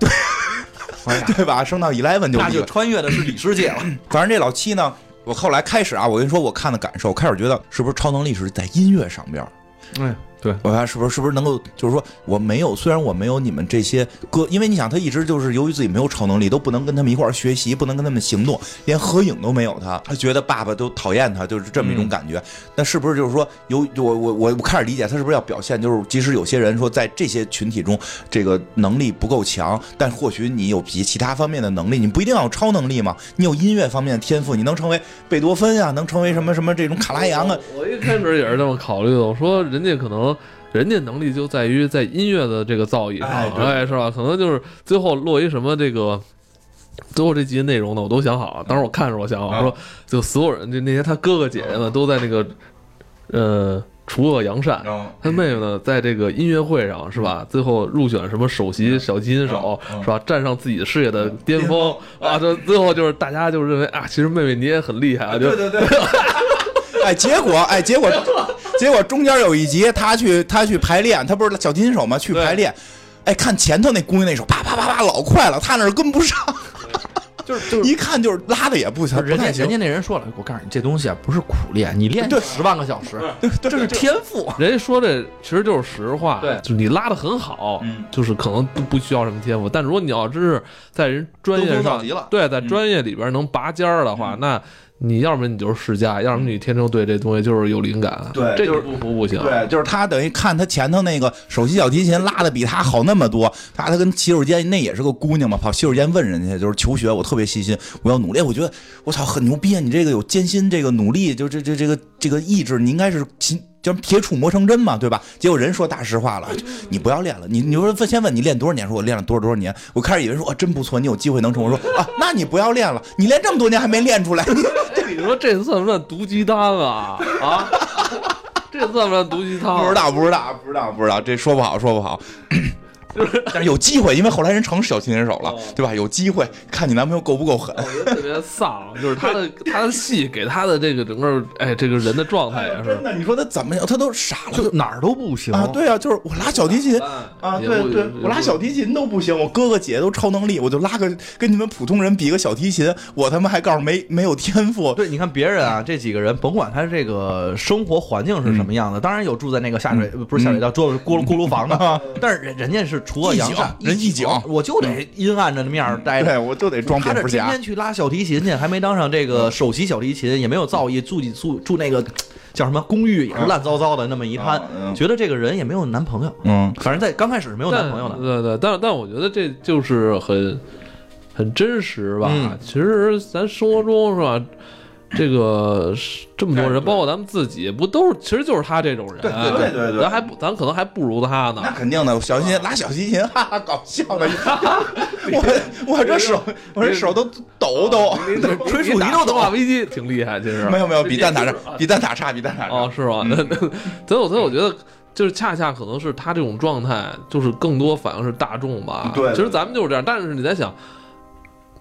Speaker 2: 对吧？升到 eleven 就
Speaker 4: 啊那
Speaker 2: 厉
Speaker 4: 就
Speaker 2: 害
Speaker 4: 穿越的是里世界 了。
Speaker 2: 反正这老七呢，我后来开始啊，我跟你说，我看的感受，开始觉得是不是超能力是在音乐上边儿，
Speaker 4: 嗯，对，
Speaker 2: 我看是不是是不是能够，就是说我没有，虽然我没有你们这些歌，因为你想他一直就是由于自己没有超能力，都不能跟他们一块儿学习，不能跟他们行动，连合影都没有他，他觉得爸爸都讨厌他，就是这么一种感觉。那是不是就是说由我我我我开始理解他是不是要表现，就是即使有些人说在这些群体中这个能力不够强，但或许你有其其他方面的能力，你不一定要有超能力嘛，你有音乐方面的天赋，你能成为贝多芬呀、能成为什么什么这种卡
Speaker 1: 哦
Speaker 2: 拉扬啊，
Speaker 1: 我一开始也是这么考虑的，我说人家可能。人家能力就在于在音乐的这个造诣上，
Speaker 2: 哎对
Speaker 1: 哎，是吧？可能就是最后落一什么这个，最后这集内容呢，我都想好了。当时我看着我想好了，
Speaker 2: 嗯
Speaker 1: 我说就所有人，就那些他哥哥姐姐们都在那个，呃，除恶扬善，
Speaker 2: 哦
Speaker 1: 他妹妹呢，在这个音乐会上是吧？最后入选什么首席小提琴手
Speaker 2: 嗯嗯
Speaker 1: 是吧？站上自己事业的巅
Speaker 2: 巅
Speaker 1: 峰
Speaker 2: 峰
Speaker 1: 啊！这最后就是大家就认为啊，其实妹妹你也很厉害啊！就
Speaker 2: 对对对。哎，结果哎，结果结果中间有一集，他去他去排练，他不是小提琴手吗？去排练，哎，看前头那姑娘那手啪啪啪啪老快了，他那儿跟不上，
Speaker 4: 就是就
Speaker 2: 一看就是拉的也不行，
Speaker 4: 人
Speaker 2: 不
Speaker 4: 家
Speaker 2: 太
Speaker 4: 人
Speaker 2: 行。
Speaker 4: 家那人说了，我告诉你，这东西啊不是苦练，你练
Speaker 2: 对
Speaker 4: 十万个小时，
Speaker 2: 这是
Speaker 4: 天赋。
Speaker 1: 人家说这其实就是实话，
Speaker 4: 对
Speaker 1: 就是你拉的很好，
Speaker 2: 嗯
Speaker 1: 就是可能不不需要什么天赋，但如果你要真是在人专业
Speaker 4: 登峰造
Speaker 1: 上
Speaker 4: 极了，
Speaker 1: 对，在专业里边能拔尖儿的
Speaker 2: 嗯
Speaker 1: 话，那你要么你就是世家，要么你天生对这东西就是有灵感，
Speaker 2: 对
Speaker 1: 这
Speaker 2: 就是
Speaker 1: 不服不行。
Speaker 2: 对，就是他等于看他前头那个首席小提琴拉的比他好那么多，他他跟洗手间那也是个姑娘嘛，跑洗手间问人家就是求学，我特别细心，我要努力，我觉得我操很牛逼啊！你这个有艰辛，这个努力，就这这这个这个意志，你应该是勤。叫铁杵磨成针嘛，对吧？结果人说大实话了，你不要练了。你你说问先问你练多少年？说我练了多少多少年。我开始以为说啊真不错，你有机会能成。我说啊，那你不要练了，你练这么多年还没练出来，你
Speaker 1: 这你说这算不算毒鸡汤啊？啊， 这算不算毒鸡汤？
Speaker 2: 不知，道，不知道，不知道，不知道，这说不好，说不 好。但是有机会，因为后来人成小提琴手了
Speaker 1: 哦，
Speaker 2: 对吧？有机会，看你男朋友够不够狠。
Speaker 1: 我觉得特别丧，就是他 的他的戏给他的这个整个哎这个人的状态也是
Speaker 2: 真。的，你说他怎么样？他都傻了
Speaker 4: 就
Speaker 2: 就
Speaker 4: 哪儿都不行
Speaker 2: 啊！，对啊，就是我拉小提琴啊，
Speaker 1: 也
Speaker 2: 对
Speaker 1: 不
Speaker 2: 对
Speaker 1: 也，不
Speaker 2: 我拉小提琴都不行，我哥哥姐姐都超能力，我就拉个跟你们普通人比个小提琴，我他妈还告诉没没有天赋。
Speaker 4: 对，你看别人啊，这几个人，甭管他这个生活环境是什么样的，当然有住在那个下水，呃不是下水道，住锅锅炉房的， 但是人人家是除恶扬善，
Speaker 2: 一景人一景
Speaker 4: 我就得阴暗着面儿待着。
Speaker 2: 对，我就得装
Speaker 4: 他
Speaker 2: 蝙
Speaker 4: 这
Speaker 2: 蝠
Speaker 4: 天
Speaker 2: 侠嗯
Speaker 4: 天。去拉小提琴去，还没当上这个首席小提琴，也没有造诣，住几住住那个叫什么公寓，也是烂糟糟的那么一摊
Speaker 2: 嗯，嗯
Speaker 4: 觉得这个人也没有男朋友，
Speaker 2: 嗯，
Speaker 4: 反正在刚开始是没有男
Speaker 1: 但
Speaker 4: 朋友的，
Speaker 1: 对对，嗯但但我觉得这就是很很真实吧。
Speaker 4: 嗯
Speaker 1: 其实咱生活中是吧，这个是这么多
Speaker 2: 哎
Speaker 1: 人，
Speaker 2: 对
Speaker 1: 包括咱们自己，不都是其实就是他这种人？
Speaker 2: 对对对对对
Speaker 1: 咱还不咱可能还不如他呢
Speaker 2: 那。肯定的，小提
Speaker 1: 啊
Speaker 2: 琴拉小提琴，哈哈，搞笑 呢！我我这手我这手都抖
Speaker 1: 啊
Speaker 2: 抖，
Speaker 1: 吹竖笛都能把危机挺厉害，其实
Speaker 2: 没有没有，比蛋挞差，比蛋挞差，比蛋挞
Speaker 1: 啊哦
Speaker 2: 差。，
Speaker 1: 是吧？那那，所以我所以我觉得，就是恰恰可能是他这种状态，就是更多反映是大众吧。
Speaker 2: 对
Speaker 1: 其实咱们就是这样，但是你在想，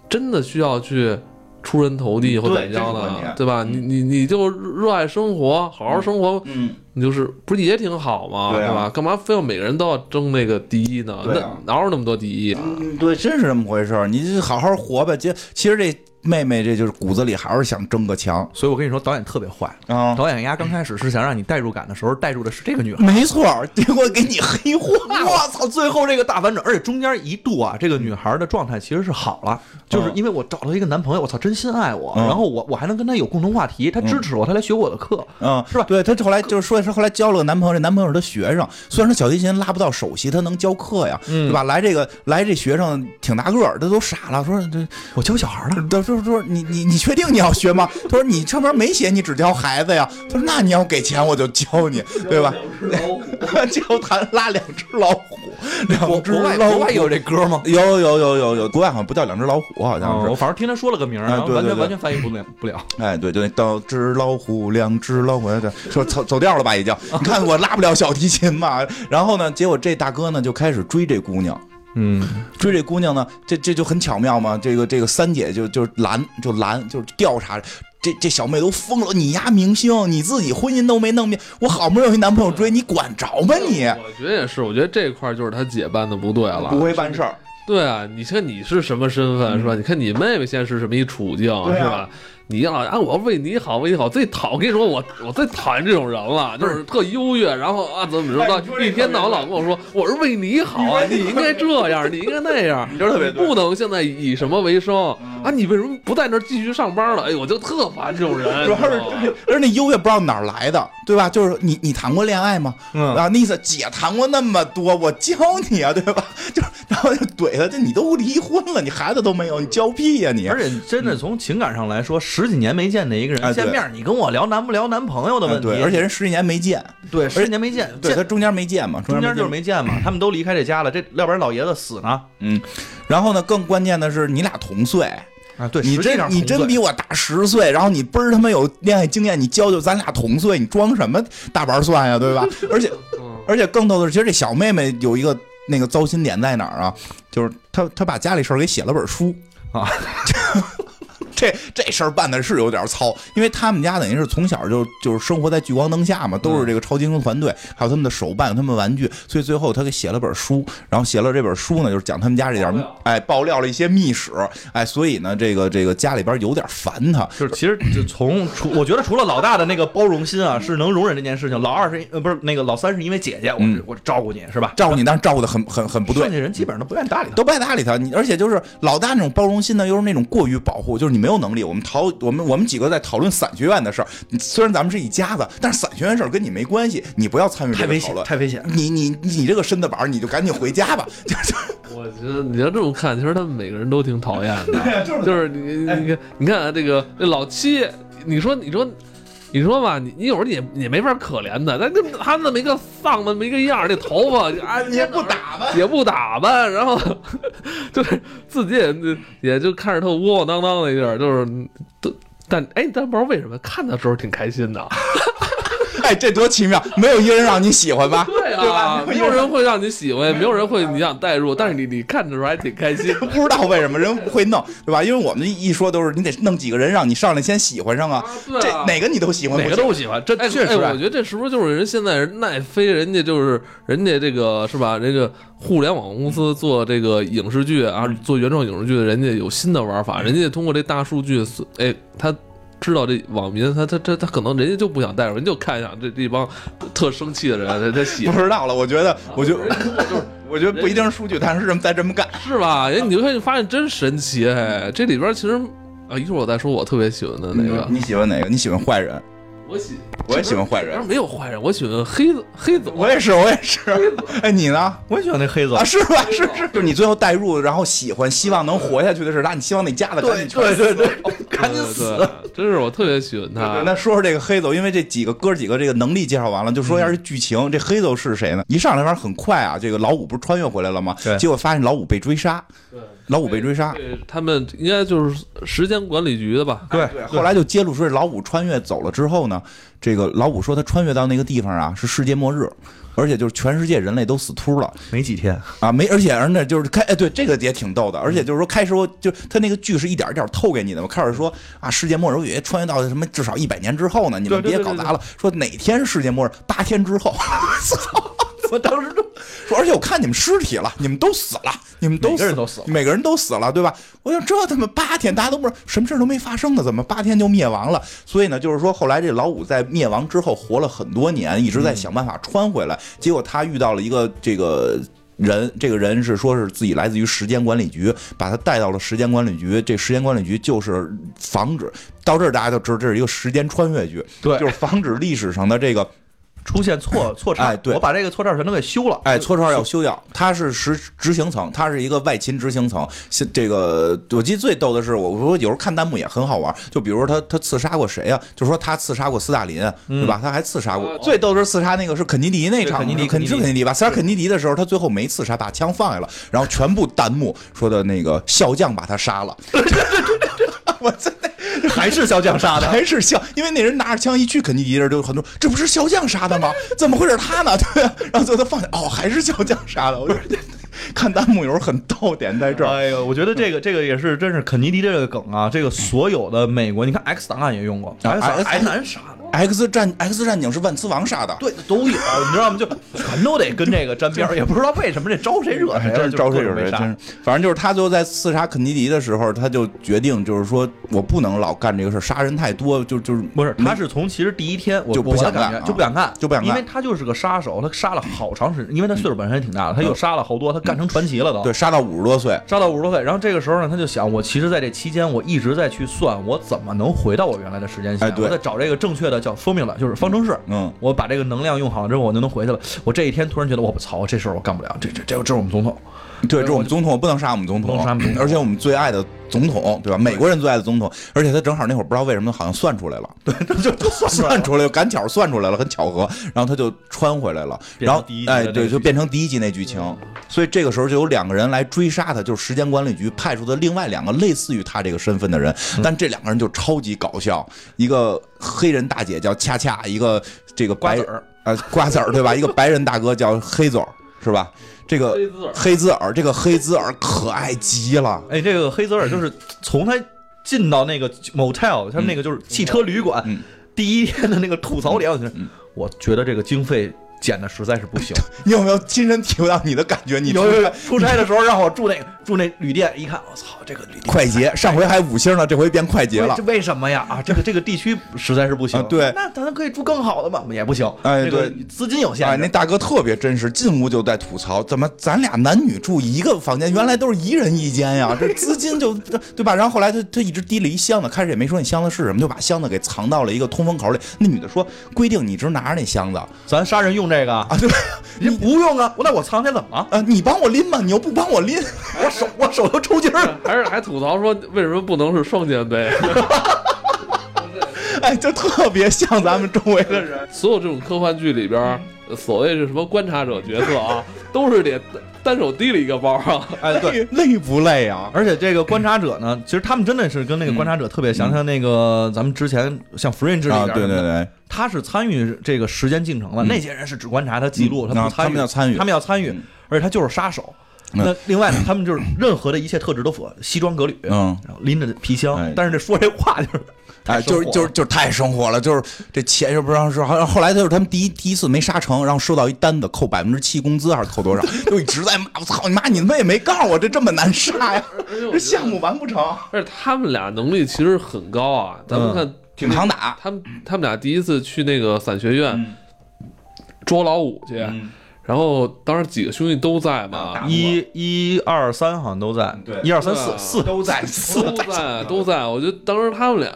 Speaker 1: 真的需要去出人头地或
Speaker 2: 对
Speaker 1: 怎么样
Speaker 2: 这是关
Speaker 1: 的
Speaker 2: 键，
Speaker 1: 对吧？你你你就热爱生活，好好生活，
Speaker 2: 嗯，
Speaker 1: 你就是不是也挺好吗？
Speaker 2: 对
Speaker 1: 对
Speaker 2: 啊
Speaker 1: 吧？干嘛非要每个人都要争那个第一呢？
Speaker 2: 对
Speaker 1: 那
Speaker 2: 啊
Speaker 1: 哪有那么多第一啊？
Speaker 2: 嗯，对，真是这么回事儿。你就好好活吧。其其实这妹妹这就是骨子里还是想争个强
Speaker 4: 所以我跟你说，导演特别坏。
Speaker 2: 啊。
Speaker 4: 导演丫刚开始是想让你代入感的时候，带入的是这个女 孩。
Speaker 2: 没错儿，结果给你黑化。
Speaker 4: 我操！最后这个大反转，而且中间一度啊，这个女孩的状态其实是好了，就是因为我找到一个男朋友，我操，真心爱我，
Speaker 2: 嗯
Speaker 4: 然后我我还能跟他有共同话题，他支持我，他来学我的课，
Speaker 2: 嗯，
Speaker 4: 是吧
Speaker 2: 对，她后来 就是说是后来交了个男朋友，这男朋友是她学生，虽然她小提琴拉不到首席，她能教课呀，对吧？来这个来这学生挺大个儿，她都傻了，说这
Speaker 4: 我教小孩了。
Speaker 2: 他说说你你你确定你要学吗？他说你上面没写你只教孩子呀。他说那你要给钱我就教你，对吧？ 教弹拉两只老虎，两只
Speaker 4: 国外
Speaker 2: 老虎
Speaker 4: 国外有这歌吗？
Speaker 2: 有有有有有，国外好像不叫两只老虎，好像
Speaker 4: 哦我
Speaker 2: 是。
Speaker 4: 反正听他说了个名儿，
Speaker 2: 哎
Speaker 4: 然后
Speaker 2: 对
Speaker 4: 完
Speaker 2: 对
Speaker 4: 全
Speaker 2: 对
Speaker 4: 完全翻译不了不了。
Speaker 2: 哎，对对，两只老虎，两只老虎，哎对，说走走调了吧已经。 你看我拉不了小提琴嘛。然后呢，结果这大哥呢就开始追这姑娘。
Speaker 4: 嗯，
Speaker 2: 追这姑娘呢，这这就很巧妙嘛。这个这个三姐就就拦就拦，就是调查这这小妹都疯了。你丫明星，你自己婚姻都没弄明，我好不容易有一男朋友追你，管着吗你？
Speaker 1: 我觉得也是，我觉得这块儿就是他姐办的不对了，
Speaker 2: 会办事儿，
Speaker 1: 对啊，你看你是什么身份、是吧？你看你妹妹现在是什么一处境、
Speaker 2: 嗯对啊
Speaker 1: 是吧？你老啊，我要为你好，为你好，最讨我跟你说，我我最讨厌这种人了，就是特优越，然后啊怎么
Speaker 2: 哎
Speaker 1: 着
Speaker 2: 你说这
Speaker 1: 一天到晚老跟我说我是为你好啊，你应该这 样，你应该那样，你
Speaker 2: 这特别对嗯
Speaker 1: 不能现在以什么为生啊？你为什么不在那儿继续上班了？哎，我就特烦这种人，
Speaker 2: 主要是
Speaker 1: 你知道吗
Speaker 2: 而那优越不知道哪儿来的，对吧？就是你你谈过恋爱吗？
Speaker 4: 嗯
Speaker 2: 啊，那意思姐谈过那么多，我教你啊，对吧？ 就是然后就怼他，这你都离婚了，你孩子都没有，你教屁呀、你？
Speaker 4: 而且真的从情感上来说，十几年没见的一个
Speaker 2: 哎
Speaker 4: 人
Speaker 2: 对
Speaker 4: 见面，你跟我聊男不聊男朋友的
Speaker 2: 啊
Speaker 4: 问题，
Speaker 2: 对，而且人十几年没见，
Speaker 4: 对十几年没见，
Speaker 2: 对
Speaker 4: 见
Speaker 2: 他中间没见嘛，
Speaker 4: 中
Speaker 2: 没
Speaker 4: 间就
Speaker 2: 见
Speaker 4: 是没 见嘛，他们都离开这家了，这要不然老爷子死呢？
Speaker 2: 嗯，然后呢，更关键的是你俩同岁，
Speaker 4: 啊，对
Speaker 2: 你真你真比我大十岁，然后你倍儿他妈有恋爱经验，你教教咱俩同岁，你装什么大玩蒜呀，对吧？ 而且
Speaker 1: 嗯
Speaker 2: 而且更逗的是，其实这小妹妹有一个那个糟心点在哪儿啊？就是她她把家里事儿给写了本书
Speaker 4: 啊。
Speaker 2: 这这事儿办的是有点糙，因为他们家等于是从小就就是生活在聚光灯下
Speaker 1: 嗯
Speaker 2: 嘛，都是这个超级英雄团队，还有他们的手办、他们玩具，所以最后他给写了本书，然后写了这本书呢，就是讲他们家这点儿
Speaker 1: 爆料
Speaker 2: 哎爆料了一些秘史，哎，所以呢，这个这个家里边有点烦他，
Speaker 4: 就是其实就从除我觉得除了老大的那个包容心啊，是能容忍这件事情。老二是因呃不是那个老三是因为姐姐，我
Speaker 2: 嗯
Speaker 4: 我照顾你是吧？
Speaker 2: 照顾你，但是照顾的很很很不对
Speaker 4: 剩，下人基本上都不愿意搭理他。
Speaker 2: 都不爱搭理他。你而且就是老大那种包容心呢，又是那种过于保护，就是你没有能力。我们讨我们我们几个在讨论伞学院的事儿，你虽然咱们是一家子，但是伞学院事儿跟你没关系，你不要参与这
Speaker 4: 太
Speaker 2: 个
Speaker 4: 危
Speaker 2: 讨
Speaker 4: 险，
Speaker 2: 论。
Speaker 4: 太危险。
Speaker 2: 你你你这个身子板儿，你就赶紧回家吧。 就是
Speaker 1: 我觉得你要这么看，其实他们每个人都挺讨厌 的，
Speaker 2: 啊
Speaker 1: 就是你你看你看啊，这个这老七，你说你说你说吧，你你有时候你也也没法可怜他，他跟他那么一个丧的没个样儿，那头发啊
Speaker 2: 你也不打扮，
Speaker 1: 也不打扮，然后 就是自己也也就看着他窝窝囊囊的一点儿，就是都但哎，但不知道为什么看的时候挺开心 的，
Speaker 2: 哎，这多奇妙，没有一个人让你喜欢吧？
Speaker 1: 对啊，没有人会让你喜欢，也没有人会你想代入，但是你你看的时候还挺开 心的。
Speaker 2: 不知道为什么人会弄，对吧？因为我们一说都是你得弄几个人让你上来先喜欢上啊，
Speaker 1: 对啊
Speaker 2: 这哪个你都喜欢不
Speaker 4: 哪
Speaker 2: 起，
Speaker 4: 个都喜欢，这
Speaker 1: 哎，
Speaker 4: 确实
Speaker 1: 哎，
Speaker 4: 啊
Speaker 1: 我觉得这是不是就是人现在人奈飞，人家就是人家这个是吧？这个互联网公司做这个影视剧啊，做原创影视剧的，人家有新的玩法，人家通过这大数据，哎，他。知道这网民，他他他他可能人家就不想带入，人就看一下这这帮特生气的人，他他喜
Speaker 2: 不
Speaker 1: 欢
Speaker 2: 知道了。我
Speaker 4: 啊
Speaker 2: 觉得，我觉得，我觉得不一定是数据，但是这么在这么干。
Speaker 1: 是吧？哎，你就会发现真神奇哎，这里边其实啊，一会儿我再说我特别喜欢的那个，
Speaker 2: 你喜欢哪个？你喜欢坏人？
Speaker 1: 我喜
Speaker 2: 嗯我也喜欢坏
Speaker 1: 当然
Speaker 2: 人，
Speaker 1: 没有坏人，我喜欢黑子黑总。
Speaker 2: 我也是，我也是。 哎，你呢？
Speaker 4: 我也喜欢那黑总
Speaker 2: 啊，，是吧？是是，就是你最后代入，然后喜欢，希望能活下去的事，那你希望你家的赶紧全死
Speaker 4: 对对，赶紧
Speaker 1: 对
Speaker 4: 死！，
Speaker 1: 真是我特别喜欢
Speaker 2: 对
Speaker 1: 他。
Speaker 2: 那说说这个黑走，因为这几个哥几个这个能力介绍完了，就说一下这剧情。这黑走是谁呢？一上来玩很快啊，这个老五不是穿越回来了吗？
Speaker 4: 对
Speaker 2: 结果发现老五被追杀，老五被追杀。
Speaker 1: 对他们应该就是时间管理局的 吧？
Speaker 4: 对
Speaker 2: 对，后来就揭露说这老五穿越走了之后呢，这个老五说他穿越到那个地方啊是世界末日，而且就是全世界人类都死秃了
Speaker 4: 没几天，
Speaker 2: 啊，没，而且而那就是开，哎，对，这个也挺逗的，而
Speaker 4: 嗯
Speaker 2: 且就是说开始我就他那个剧是一点一点透给你的嘛，开始说啊世界末日我以为穿越到什么至少一百年之后呢，你们
Speaker 4: 对对
Speaker 2: 别
Speaker 4: 对
Speaker 2: 搞
Speaker 4: 对
Speaker 2: 砸了，说哪天世界末日八天之后，操！我当时就说，而且我看你们尸体了，你们都死了，你们都
Speaker 4: 每个人
Speaker 2: 死
Speaker 4: 都死了
Speaker 2: 每个人都死了，对吧？我想这他妈八天，大家都不知道什么事儿都没发生呢，怎么八天就灭亡了？所以呢，就是说后来这老五在灭亡之后活了很多年，一直
Speaker 4: 嗯
Speaker 2: 在想办法穿回来，结果他遇到了一个这个。人这个人是说是自己来自于时间管理局，把他带到了时间管理局。这时间管理局就是防止到这儿，大家就知道这是一个时间穿越局，
Speaker 4: 对
Speaker 2: 就是防止历史上的这个
Speaker 4: 出现错错
Speaker 2: 哎
Speaker 4: 差，
Speaker 2: 对
Speaker 4: 我把这个错差全都给修了。
Speaker 2: 哎，搓哨要修掉，他是执执行层，他是一个外勤执行层。是这个我记得最逗的是，我我说有时候看弹幕也很好玩，就比如说他他刺杀过谁啊？就说他刺杀过斯大林，对吧？他还刺杀过，
Speaker 1: 哦
Speaker 2: 最逗的是刺杀那个是肯尼迪那场，
Speaker 4: 嗯对肯尼迪
Speaker 2: 肯是
Speaker 4: 肯尼迪
Speaker 2: 肯尼迪吧？刺杀肯尼迪的时候，他最后没刺杀，把枪放下了，然后全部弹幕说的那个笑匠把他杀了。我真的还是 小将杀的，还是笑，因为那人拿着枪一去肯尼迪这儿就很多，这不是小将杀的吗？怎么会是他呢？对、啊，然后最后他放下，哦，还是小将杀的。我就看弹幕有时候很逗，点在这儿。
Speaker 4: 哎呦，我觉得这个这个也是，真是肯尼迪这个梗啊，这个所有的美国，你看 X 档案也用过
Speaker 2: 啊
Speaker 4: ，X 档案
Speaker 2: X-
Speaker 4: 还难杀呢。
Speaker 2: X 战 X 战警是万磁王杀的，
Speaker 4: 对，都有，你知道吗？就全都得跟这个沾边 儿，也不知道为什么这招谁惹谁
Speaker 2: 哎
Speaker 4: 了，
Speaker 2: 真是招谁惹
Speaker 4: 就是
Speaker 2: 谁，
Speaker 4: 各种被杀
Speaker 2: 真是。反正就是他最后在刺杀肯尼迪的时候，他就决定就是说我不能老干这个事儿，杀人太多，就就是
Speaker 4: 不是，他
Speaker 2: 没
Speaker 4: 是从其实第一天我
Speaker 2: 就不
Speaker 4: 我的
Speaker 2: 想干
Speaker 4: 感
Speaker 2: 啊
Speaker 4: 觉就不想干，
Speaker 2: 就不想干
Speaker 4: 因为他就是个杀手，他杀了好长时间，因为他岁数本身也挺大的，他
Speaker 2: 嗯
Speaker 4: 又杀了好多，他干成传奇了都。
Speaker 2: 对杀到五十多岁，
Speaker 4: 杀到五十多岁，然后这个时候呢，他就想，我其实在这期间，我一直在去算，我怎么能回到我原来的时间线，
Speaker 2: 哎对
Speaker 4: 我在找这个正确的叫 formula，就是方程式。
Speaker 2: 嗯
Speaker 4: 我把这个能量用好了之后，我就能回去了。我这一天突然觉得，我操，这事儿我干不了，这这这这是我们总统，
Speaker 2: 对，这是我们总统不能杀我们总
Speaker 4: 不
Speaker 2: 统
Speaker 4: 能杀我们总，统
Speaker 2: 而且我们最爱的总统，对吧？美国人最爱的总统，而且他正好那会儿不知道为什么好像算出来了，对，就 算
Speaker 4: 出来了
Speaker 2: 出来了，赶巧算出来了，很巧合，然后他就穿回来了，
Speaker 4: 变
Speaker 2: 然
Speaker 4: 成
Speaker 2: 后
Speaker 4: 第一集的
Speaker 2: 哎，
Speaker 4: 那个
Speaker 2: 对，
Speaker 4: 剧嗯
Speaker 2: 就变成第一集那剧情，所以这个时候就有两个人来追杀他，就是时间管理局派出的另外两个类似于他这个身份的人，
Speaker 4: 嗯
Speaker 2: 但这两个人就超级搞笑，一个黑人大姐叫恰恰，一个这个
Speaker 4: 瓜
Speaker 2: 白
Speaker 4: 子儿。
Speaker 2: 啊，瓜子儿对吧？一个白人大哥叫黑总儿是吧？这个
Speaker 1: 黑子儿
Speaker 2: 黑子耳，这个黑子耳可爱极了。
Speaker 4: 哎，这个黑泽尔就是从他进到那个 motel，他们那个就是汽车旅馆，
Speaker 2: 嗯
Speaker 4: 第一天的那个吐槽脸，我觉得
Speaker 2: 嗯
Speaker 4: 我觉得这个经费减的实在是不行。
Speaker 2: 你有没有亲身体会到你的感觉？你
Speaker 4: 有有有，出差的时候让我住那个住那旅店，一看我操，这个旅店
Speaker 2: 快捷，上回还五星呢，这回变快捷
Speaker 4: 为
Speaker 2: 了
Speaker 4: 这。为什么呀？啊，这个这个地区实在是不行。
Speaker 2: 啊对
Speaker 4: 那咱可以住更好的嘛？也不行，
Speaker 2: 哎
Speaker 4: 这个
Speaker 2: 对
Speaker 4: 资金有限
Speaker 2: 哎，那大哥特别真实，进屋就在吐槽，怎么咱俩男女住一个房间，原来都是一人一间呀， 这资金就对吧？然后后来他他一直提了一箱子，开始也没说那箱子是什么，就把箱子给藏到了一个通风口里。那女的说，规定你只拿着那箱子啊，
Speaker 4: 咱杀人用这个啊？
Speaker 2: 对吧？
Speaker 4: 您不用啊？那我藏起来怎么了？
Speaker 2: 啊，你帮我拎吧，你又不帮我拎，
Speaker 4: 我手
Speaker 2: 哎
Speaker 4: 我手都抽筋儿了。
Speaker 1: 还是还吐槽说为什么不能是双肩背？
Speaker 2: 哎，就特别像咱们周围的人。
Speaker 1: 所有这种科幻剧里边儿，所谓是什么观察者角色啊，都是得单手提了一个包啊。
Speaker 4: 哎，对，
Speaker 2: 累累不累啊？
Speaker 4: 而且这个观察者呢，其实他们真的是跟那个观察者特别像，像那个咱们之前像 Fringe
Speaker 2: 嗯啊，
Speaker 4: 那
Speaker 2: 对
Speaker 4: 边，
Speaker 2: 对，对，
Speaker 4: 他是参与这个时间进程了，那些人是只观察他记录，
Speaker 2: 嗯
Speaker 4: 他不
Speaker 2: 啊他
Speaker 4: 参与，
Speaker 2: 们要参与
Speaker 4: 他们要参与
Speaker 2: 嗯，
Speaker 4: 而且他就是杀手。
Speaker 2: 嗯
Speaker 4: 那另外呢，他们就是任何的一切特质都符合，西装革履，
Speaker 2: 嗯
Speaker 4: 然后拎着皮
Speaker 2: 哎
Speaker 4: 箱，但是这说这话就是，
Speaker 2: 哎，就是就是就是太生活了，就是这钱又不知道是，好像后来就是他们第一第一次没杀成，然后收到一单子，扣百分之七工资还是扣 多少，就一直在骂我操你妈，你他妈也没告诉我这这么难杀呀， 这项目完不成，
Speaker 1: 而且他们俩能力其实很高啊，咱们
Speaker 4: 嗯
Speaker 1: 看、
Speaker 2: 挺扛 打，
Speaker 1: 他们他们俩第一次去那个伞学院、捉老五去，然后当时几个兄弟都在嘛，
Speaker 4: 一一二三好像都在，
Speaker 2: 对
Speaker 4: 一二三
Speaker 1: 对
Speaker 4: 四
Speaker 1: 啊
Speaker 4: 四
Speaker 2: 都在
Speaker 1: 都在都在。我觉得当时他们俩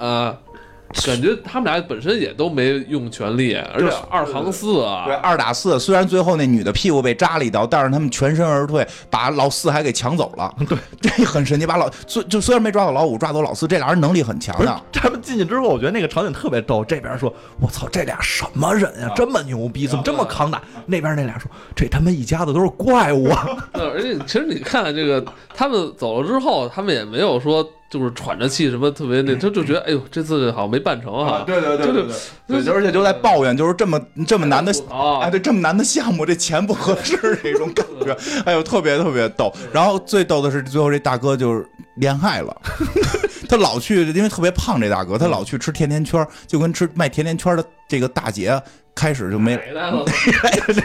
Speaker 1: 感觉他们俩本身也都没用全力，而且二行四啊
Speaker 2: 对，，二打四，虽然最后那女的屁股被扎了一刀，但是他们全身而退，把老四还给抢走了。对，这很神奇，把老虽就虽然没抓到老五，抓走老四，这俩人能力很强
Speaker 4: 不是
Speaker 2: 的。
Speaker 4: 他们进去之后，我觉得那个场景特别逗。这边说：“我操，这俩什么人
Speaker 2: 啊
Speaker 4: 呀、这么牛逼，怎么这么扛打？”那边那俩说：“这他妈一家子都是怪物啊
Speaker 1: 呃而且其实你看这个，他们走了之后，他们也没有说就是喘着气什么特别那，他就觉得哎呦这次好像没办成啊哈、
Speaker 2: 嗯啊对对
Speaker 1: 对对对
Speaker 2: 对，就而且就在抱怨，就是这么这么难的
Speaker 1: 啊
Speaker 2: 哎，对，这么难的项目，这钱不合适 这种感觉，哎呦，特别特别逗。然后最逗的是，最后这大哥就是恋爱了， 他老去，因为特别胖这大哥，他老去吃甜甜圈儿，就跟吃卖甜甜圈儿的这个大姐开始就 没。
Speaker 1: 奶奶了，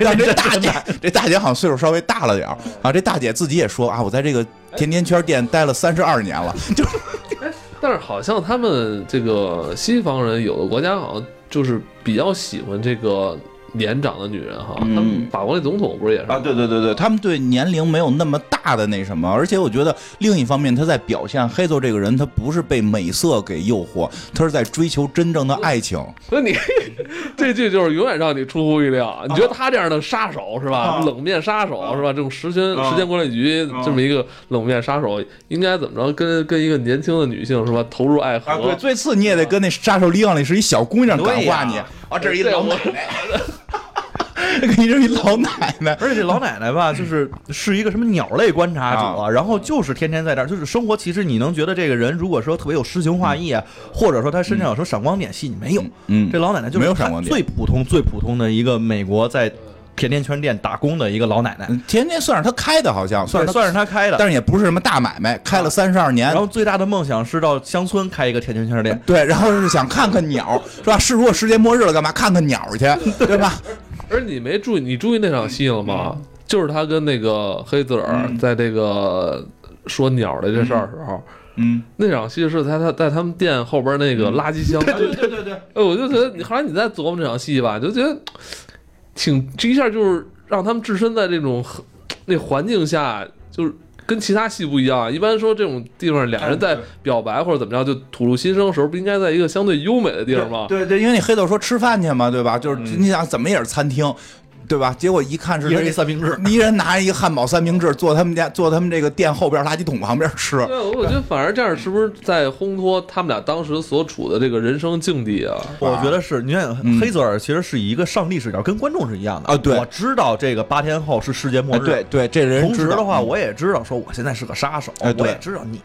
Speaker 2: 但这大姐，这大姐好像岁数稍微大了点儿啊。这大姐自己也说啊，我在这个甜甜圈店待了三十二 年了，就是
Speaker 1: 但是好像他们这个西方人有的国家好像就是比较喜欢这个年长的女人哈，
Speaker 2: 嗯
Speaker 1: 他们法国那总统不是也是
Speaker 4: 嗯
Speaker 2: 啊，对对对对，他们对年龄没有那么大的那什么，而且我觉得另一方面，他在表现黑豆这个人，他不是被美色给诱惑，他是在追求真正的爱情。
Speaker 1: 所以你 这句就是永远让你出乎意料。你觉得他这样的杀手是吧？冷面杀手是吧？这种时间时间管理局这么一个冷面杀手，应该怎么着？跟跟一个年轻的女性是吧？投入爱
Speaker 4: 啊
Speaker 1: 河。
Speaker 2: 啊对，最次你也得跟那杀手利昂里是一小姑娘感
Speaker 4: 对
Speaker 2: 化
Speaker 4: 呀
Speaker 2: 你，啊，这是一
Speaker 1: 对
Speaker 2: 老
Speaker 1: 我
Speaker 2: 奶奶， 你这是一老奶奶！”，
Speaker 4: 而且这老奶奶吧，就是是一个什么鸟类观察者，
Speaker 2: 啊
Speaker 4: 然后就是天天在这儿，就是生活。其实你能觉得这个人，如果说特别有诗情画意啊，或者说他身上有什么闪光点戏，你没有。
Speaker 2: 嗯
Speaker 4: 这老奶奶就是
Speaker 2: 没有闪光点
Speaker 4: 最普通、最普通的一个美国在甜甜圈店打工的一个老奶奶，
Speaker 2: 甜甜算是他开的，好像嗯算是
Speaker 4: 算
Speaker 2: 他
Speaker 4: 是算是她开的。
Speaker 2: 但是也不是什么大买卖，开了三十二年
Speaker 4: 然。后最大的梦想是到乡村开一个甜甜圈店。
Speaker 2: 对，然后是想看看鸟，是吧？是如果世界末日了，干嘛看看鸟 去，对吧？
Speaker 1: 而你没注意，你注意那场戏了吗？就是他跟那个黑子尔在这个说鸟的这事儿的时候，
Speaker 2: 嗯，
Speaker 1: 那场戏是在他在他们店后边那个垃圾箱。嗯对对对对对。哎，我就觉得你后来你再琢磨这场戏吧，就觉得挺这一下就是让他们置身在这种很那环境下，就是。跟其他戏不一样，一般说这种地方俩人在表白或者怎么着就吐露心声的时候，不应该在一个相对优美的地方吗？
Speaker 2: 对对，因为你黑豆说吃饭去嘛，对吧？就是你想怎么也是餐厅，对吧？结果一看是
Speaker 4: 嗯一人一三明治，
Speaker 2: 一人拿着一个汉堡三明治，坐他们家坐他们这个店后边垃圾桶旁边吃。
Speaker 1: 对，我觉得反而这样是不是在烘托他们俩当时所处的这个人生境地啊？
Speaker 4: 我觉得是，你看
Speaker 2: 嗯
Speaker 4: 黑泽尔其实是以一个上帝视角，跟观众是一样的
Speaker 2: 啊对
Speaker 4: 我知道这个八天后是世界末
Speaker 2: 哎
Speaker 4: 日，
Speaker 2: 对。对，这人
Speaker 4: 同时
Speaker 2: 知道
Speaker 4: 的话，
Speaker 2: 嗯
Speaker 4: 我也知道，说我现在是个杀手，
Speaker 2: 哎对
Speaker 4: 我也知道你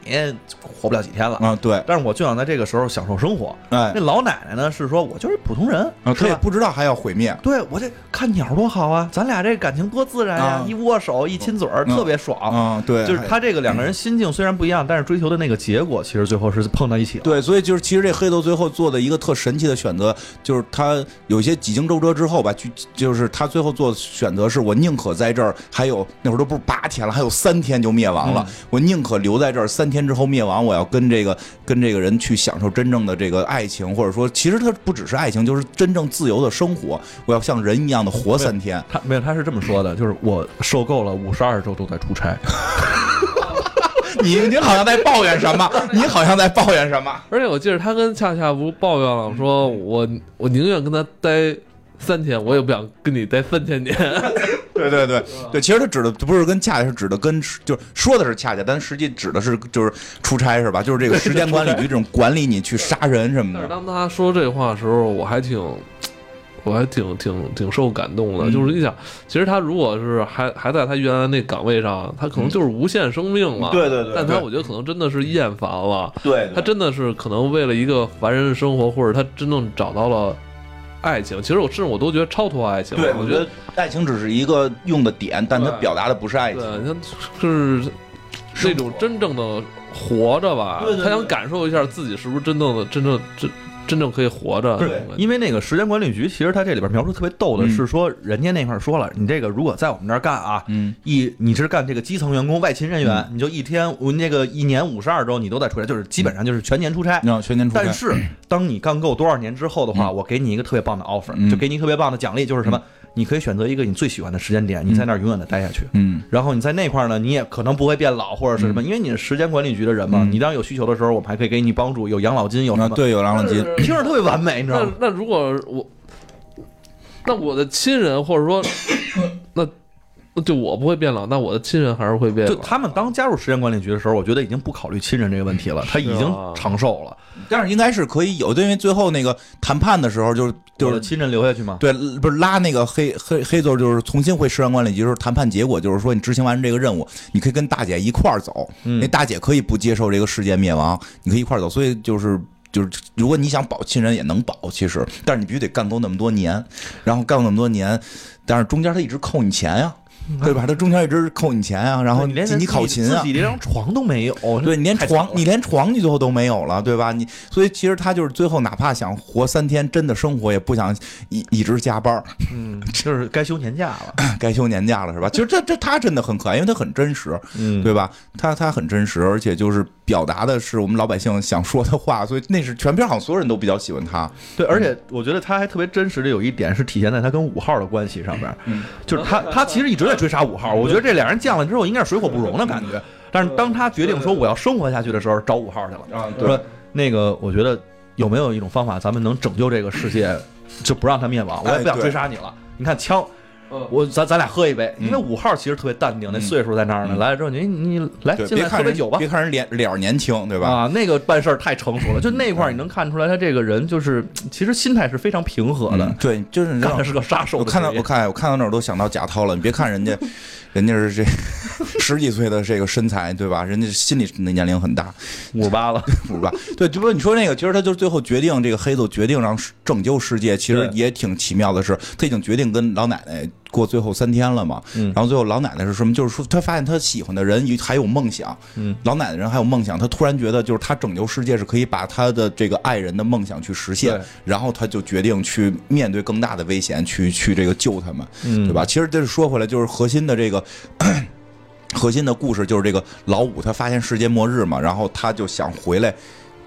Speaker 4: 活不了几天了。
Speaker 2: 啊对，
Speaker 4: 但是我就想在这个时候享受生活。
Speaker 2: 哎
Speaker 4: 那老奶奶呢是说，我就是普通人，
Speaker 2: 啊
Speaker 4: 是
Speaker 2: 他也
Speaker 4: 吧？
Speaker 2: 不知道还要毁灭。
Speaker 4: 对我这看鸟多好啊，咱俩这感情多自然呀、
Speaker 2: 啊
Speaker 4: 一握手，一亲嘴儿，
Speaker 2: 嗯
Speaker 4: 特别爽。
Speaker 2: 啊，对，
Speaker 4: 就是他这个两个人心境虽然不一样，但是追求的那个结果，其实最后是碰到一起了。
Speaker 2: 对，所以就是其实这黑豆最后做的一个特神奇的选择，就是他有些几经周折之后吧，就就是他最后做的选择是我宁可在这儿，还有那会儿都不是八天了，还有三天就灭亡了，我宁可留在这儿，三天之后灭亡，我要跟这个跟这个人去享受真正的这个爱情，或者说其实他不只是爱情，就是真正自由的生活，我要像人一样的活三天。
Speaker 4: 他没有，他是这么说
Speaker 2: 嗯
Speaker 4: 的，就是我受够了五十二周都在出差，
Speaker 2: 你你好像在抱怨什 么？你好像在抱怨什么？
Speaker 1: 而且我记得他跟恰恰不抱怨了，说
Speaker 2: 嗯
Speaker 1: 我我宁愿跟他待三天，我也不想跟你待三千年。
Speaker 2: 对对对对，其实他指的不是跟恰恰，是指的跟就是说的是恰恰，但实际指的是就是出差是吧？就是这个时间管理局这种管理你去杀人什么
Speaker 1: 但是
Speaker 2: 的。
Speaker 1: 当他说这话的时候，我还挺，我还挺挺挺受感动的。
Speaker 2: 嗯
Speaker 1: 就是你想，其实他如果是还还在他原来那岗位上，他可能就是无限生命了。
Speaker 2: 嗯对对对
Speaker 1: 但他
Speaker 2: 对
Speaker 1: 我觉得可能真的是厌烦了。
Speaker 2: 对
Speaker 1: 啊他真的是可能为了一个凡人的生活，或者他真正找到了爱情。其实我甚至我都觉得超脱爱情了。我觉得
Speaker 2: 爱情只是一个用的点，但它
Speaker 1: 对
Speaker 2: 表达的不是爱
Speaker 1: 对，
Speaker 2: 情。
Speaker 1: 他是那种真正的活着吧
Speaker 2: 对对，对
Speaker 1: 他想感受一下自己是不是真正的真正真真正可以活着。
Speaker 2: 对
Speaker 1: 那种感觉
Speaker 4: 因为那个时间管理局，其实他这里边描述特别逗的
Speaker 2: 嗯
Speaker 4: 是说，人家那块儿说了，你这个如果在我们这儿干啊，
Speaker 2: 嗯，
Speaker 4: 一你是干这个基层员工、外勤人员，
Speaker 2: 嗯
Speaker 4: 你就一天我那个一年五十二周你都在出差，就是基本上就是全年出差。
Speaker 2: 让全年出差
Speaker 4: 但是当你干够多少年之后的话，我给你一个特别棒的 offer，、
Speaker 2: 嗯
Speaker 4: 就给你一个特别棒的奖励，就是什么？你可以选择一个你最喜欢的时间点，你在那儿永远的待下去。
Speaker 2: 嗯，
Speaker 4: 然后你在那块儿呢，你也可能不会变老或者是什么，因为你是时间管理局的人嘛，你当有需求的时候，我们还可以给你帮助，有养老金，有
Speaker 2: 嗯啊
Speaker 4: 什么，
Speaker 2: 对，有养老金，
Speaker 4: 听着特别完美，你知道
Speaker 1: 那
Speaker 4: 吗？
Speaker 1: 那如果我，那我的亲人或者说，那那就我不会变老，那我的亲人还是会变
Speaker 4: 就
Speaker 1: 老。嗯
Speaker 4: 他们当加入时间管理局的时候，我觉得已经不考虑亲人这个问题了，他已
Speaker 1: 是
Speaker 4: 经
Speaker 1: 啊
Speaker 4: 长寿了，
Speaker 2: 但是应该是可以有，因为最后那个谈判的时候就是就
Speaker 4: 有了
Speaker 2: 是。
Speaker 4: 亲人留下去吗？
Speaker 2: 对，不是拉那个黑黑黑子，就是重新回时间管理局，就是谈判结果，就是说你执行完这个任务，你可以跟大姐一块儿走，
Speaker 4: 嗯
Speaker 2: 那大姐可以不接受这个世界灭亡，你可以一块儿走。所以就是就是，如果你想保亲人也能保，其实，但是你必须得干够那么多年，然后干够那么多年，但是中间他一直扣你钱呀、对吧？他中间一直扣你钱呀、然后
Speaker 4: 嗯你连
Speaker 2: 你考勤啊
Speaker 4: 自，己连张床都没有，
Speaker 2: 对你连
Speaker 4: 太惨
Speaker 2: 床
Speaker 4: 了，
Speaker 2: 你连床你最后都没有了，对吧？你所以其实他就是最后哪怕想活三天，真的生活也不想一一直加班儿，
Speaker 4: 嗯，就是该休年假了，
Speaker 2: 该休年假了是吧？ 其实这这他真的很可爱，因为他很真实，
Speaker 4: 嗯
Speaker 2: 对吧？他他很真实，而且就是表达的是我们老百姓想说的话，所以那是全片好像所有人都比较喜欢他。
Speaker 4: 对，而且我觉得他还特别真实的有一点是体现在他跟五号的关系上边儿，
Speaker 2: 嗯
Speaker 4: 就是他他其实一直在追杀五号，我觉得这俩人见了之后应该是水火不容的感觉，但是当他决定说我要生活下去的时候，找五号去了，
Speaker 2: 啊，
Speaker 4: 说那个我觉得有没有一种方法咱们能拯救这个世界，就不让他灭亡，我也不
Speaker 2: 哎
Speaker 4: 想
Speaker 2: 对
Speaker 4: 追杀你了，你看枪。
Speaker 1: 嗯
Speaker 4: 我咱咱俩喝一杯，因为
Speaker 2: 嗯
Speaker 4: 五号其实特别淡定，那
Speaker 2: 嗯
Speaker 4: 岁数在那儿呢。
Speaker 2: 嗯
Speaker 4: 来了之后，你你来
Speaker 2: 对，
Speaker 4: 进
Speaker 2: 别
Speaker 4: 哎来喝
Speaker 2: 看
Speaker 4: 杯
Speaker 2: 人
Speaker 4: 酒吧，
Speaker 2: 别看人脸脸儿年轻，对吧？
Speaker 4: 啊，那个办事儿太成熟了，就那块儿你能看出来，他这个人就是其实心态是非常平和的
Speaker 2: 嗯，，对，就是你知
Speaker 4: 干
Speaker 2: 道
Speaker 4: 的。是个杀手
Speaker 2: 我
Speaker 4: 的职
Speaker 2: 看
Speaker 4: 业。
Speaker 2: 到我看我看到那儿都想到贾涛了，你别看人家， 人家是这十几岁的这个身材，对吧？人家心理那年龄很大，
Speaker 4: 五十 八了，
Speaker 2: 不是吧？对，就不是你说那个，其实他就是最后决定，这个黑子决定让世拯救世界，其实
Speaker 4: 对
Speaker 2: 也挺奇妙的是，他已经决定跟老奶奶过最后三天了嘛。
Speaker 4: 嗯
Speaker 2: 然后最后老奶奶是什么？就是说他发现他喜欢的人还有梦想，
Speaker 4: 嗯，
Speaker 2: 老奶奶人还有梦想，他突然觉得就是他拯救世界是可以把他的这个爱人的梦想去实现
Speaker 4: 对，
Speaker 2: 然后他就决定去面对更大的危险，去去这个救他们。
Speaker 4: 嗯
Speaker 2: 对？吧？其实这是说回来，就是核心的这个。核心的故事就是这个老五他发现世界末日嘛，然后他就想回来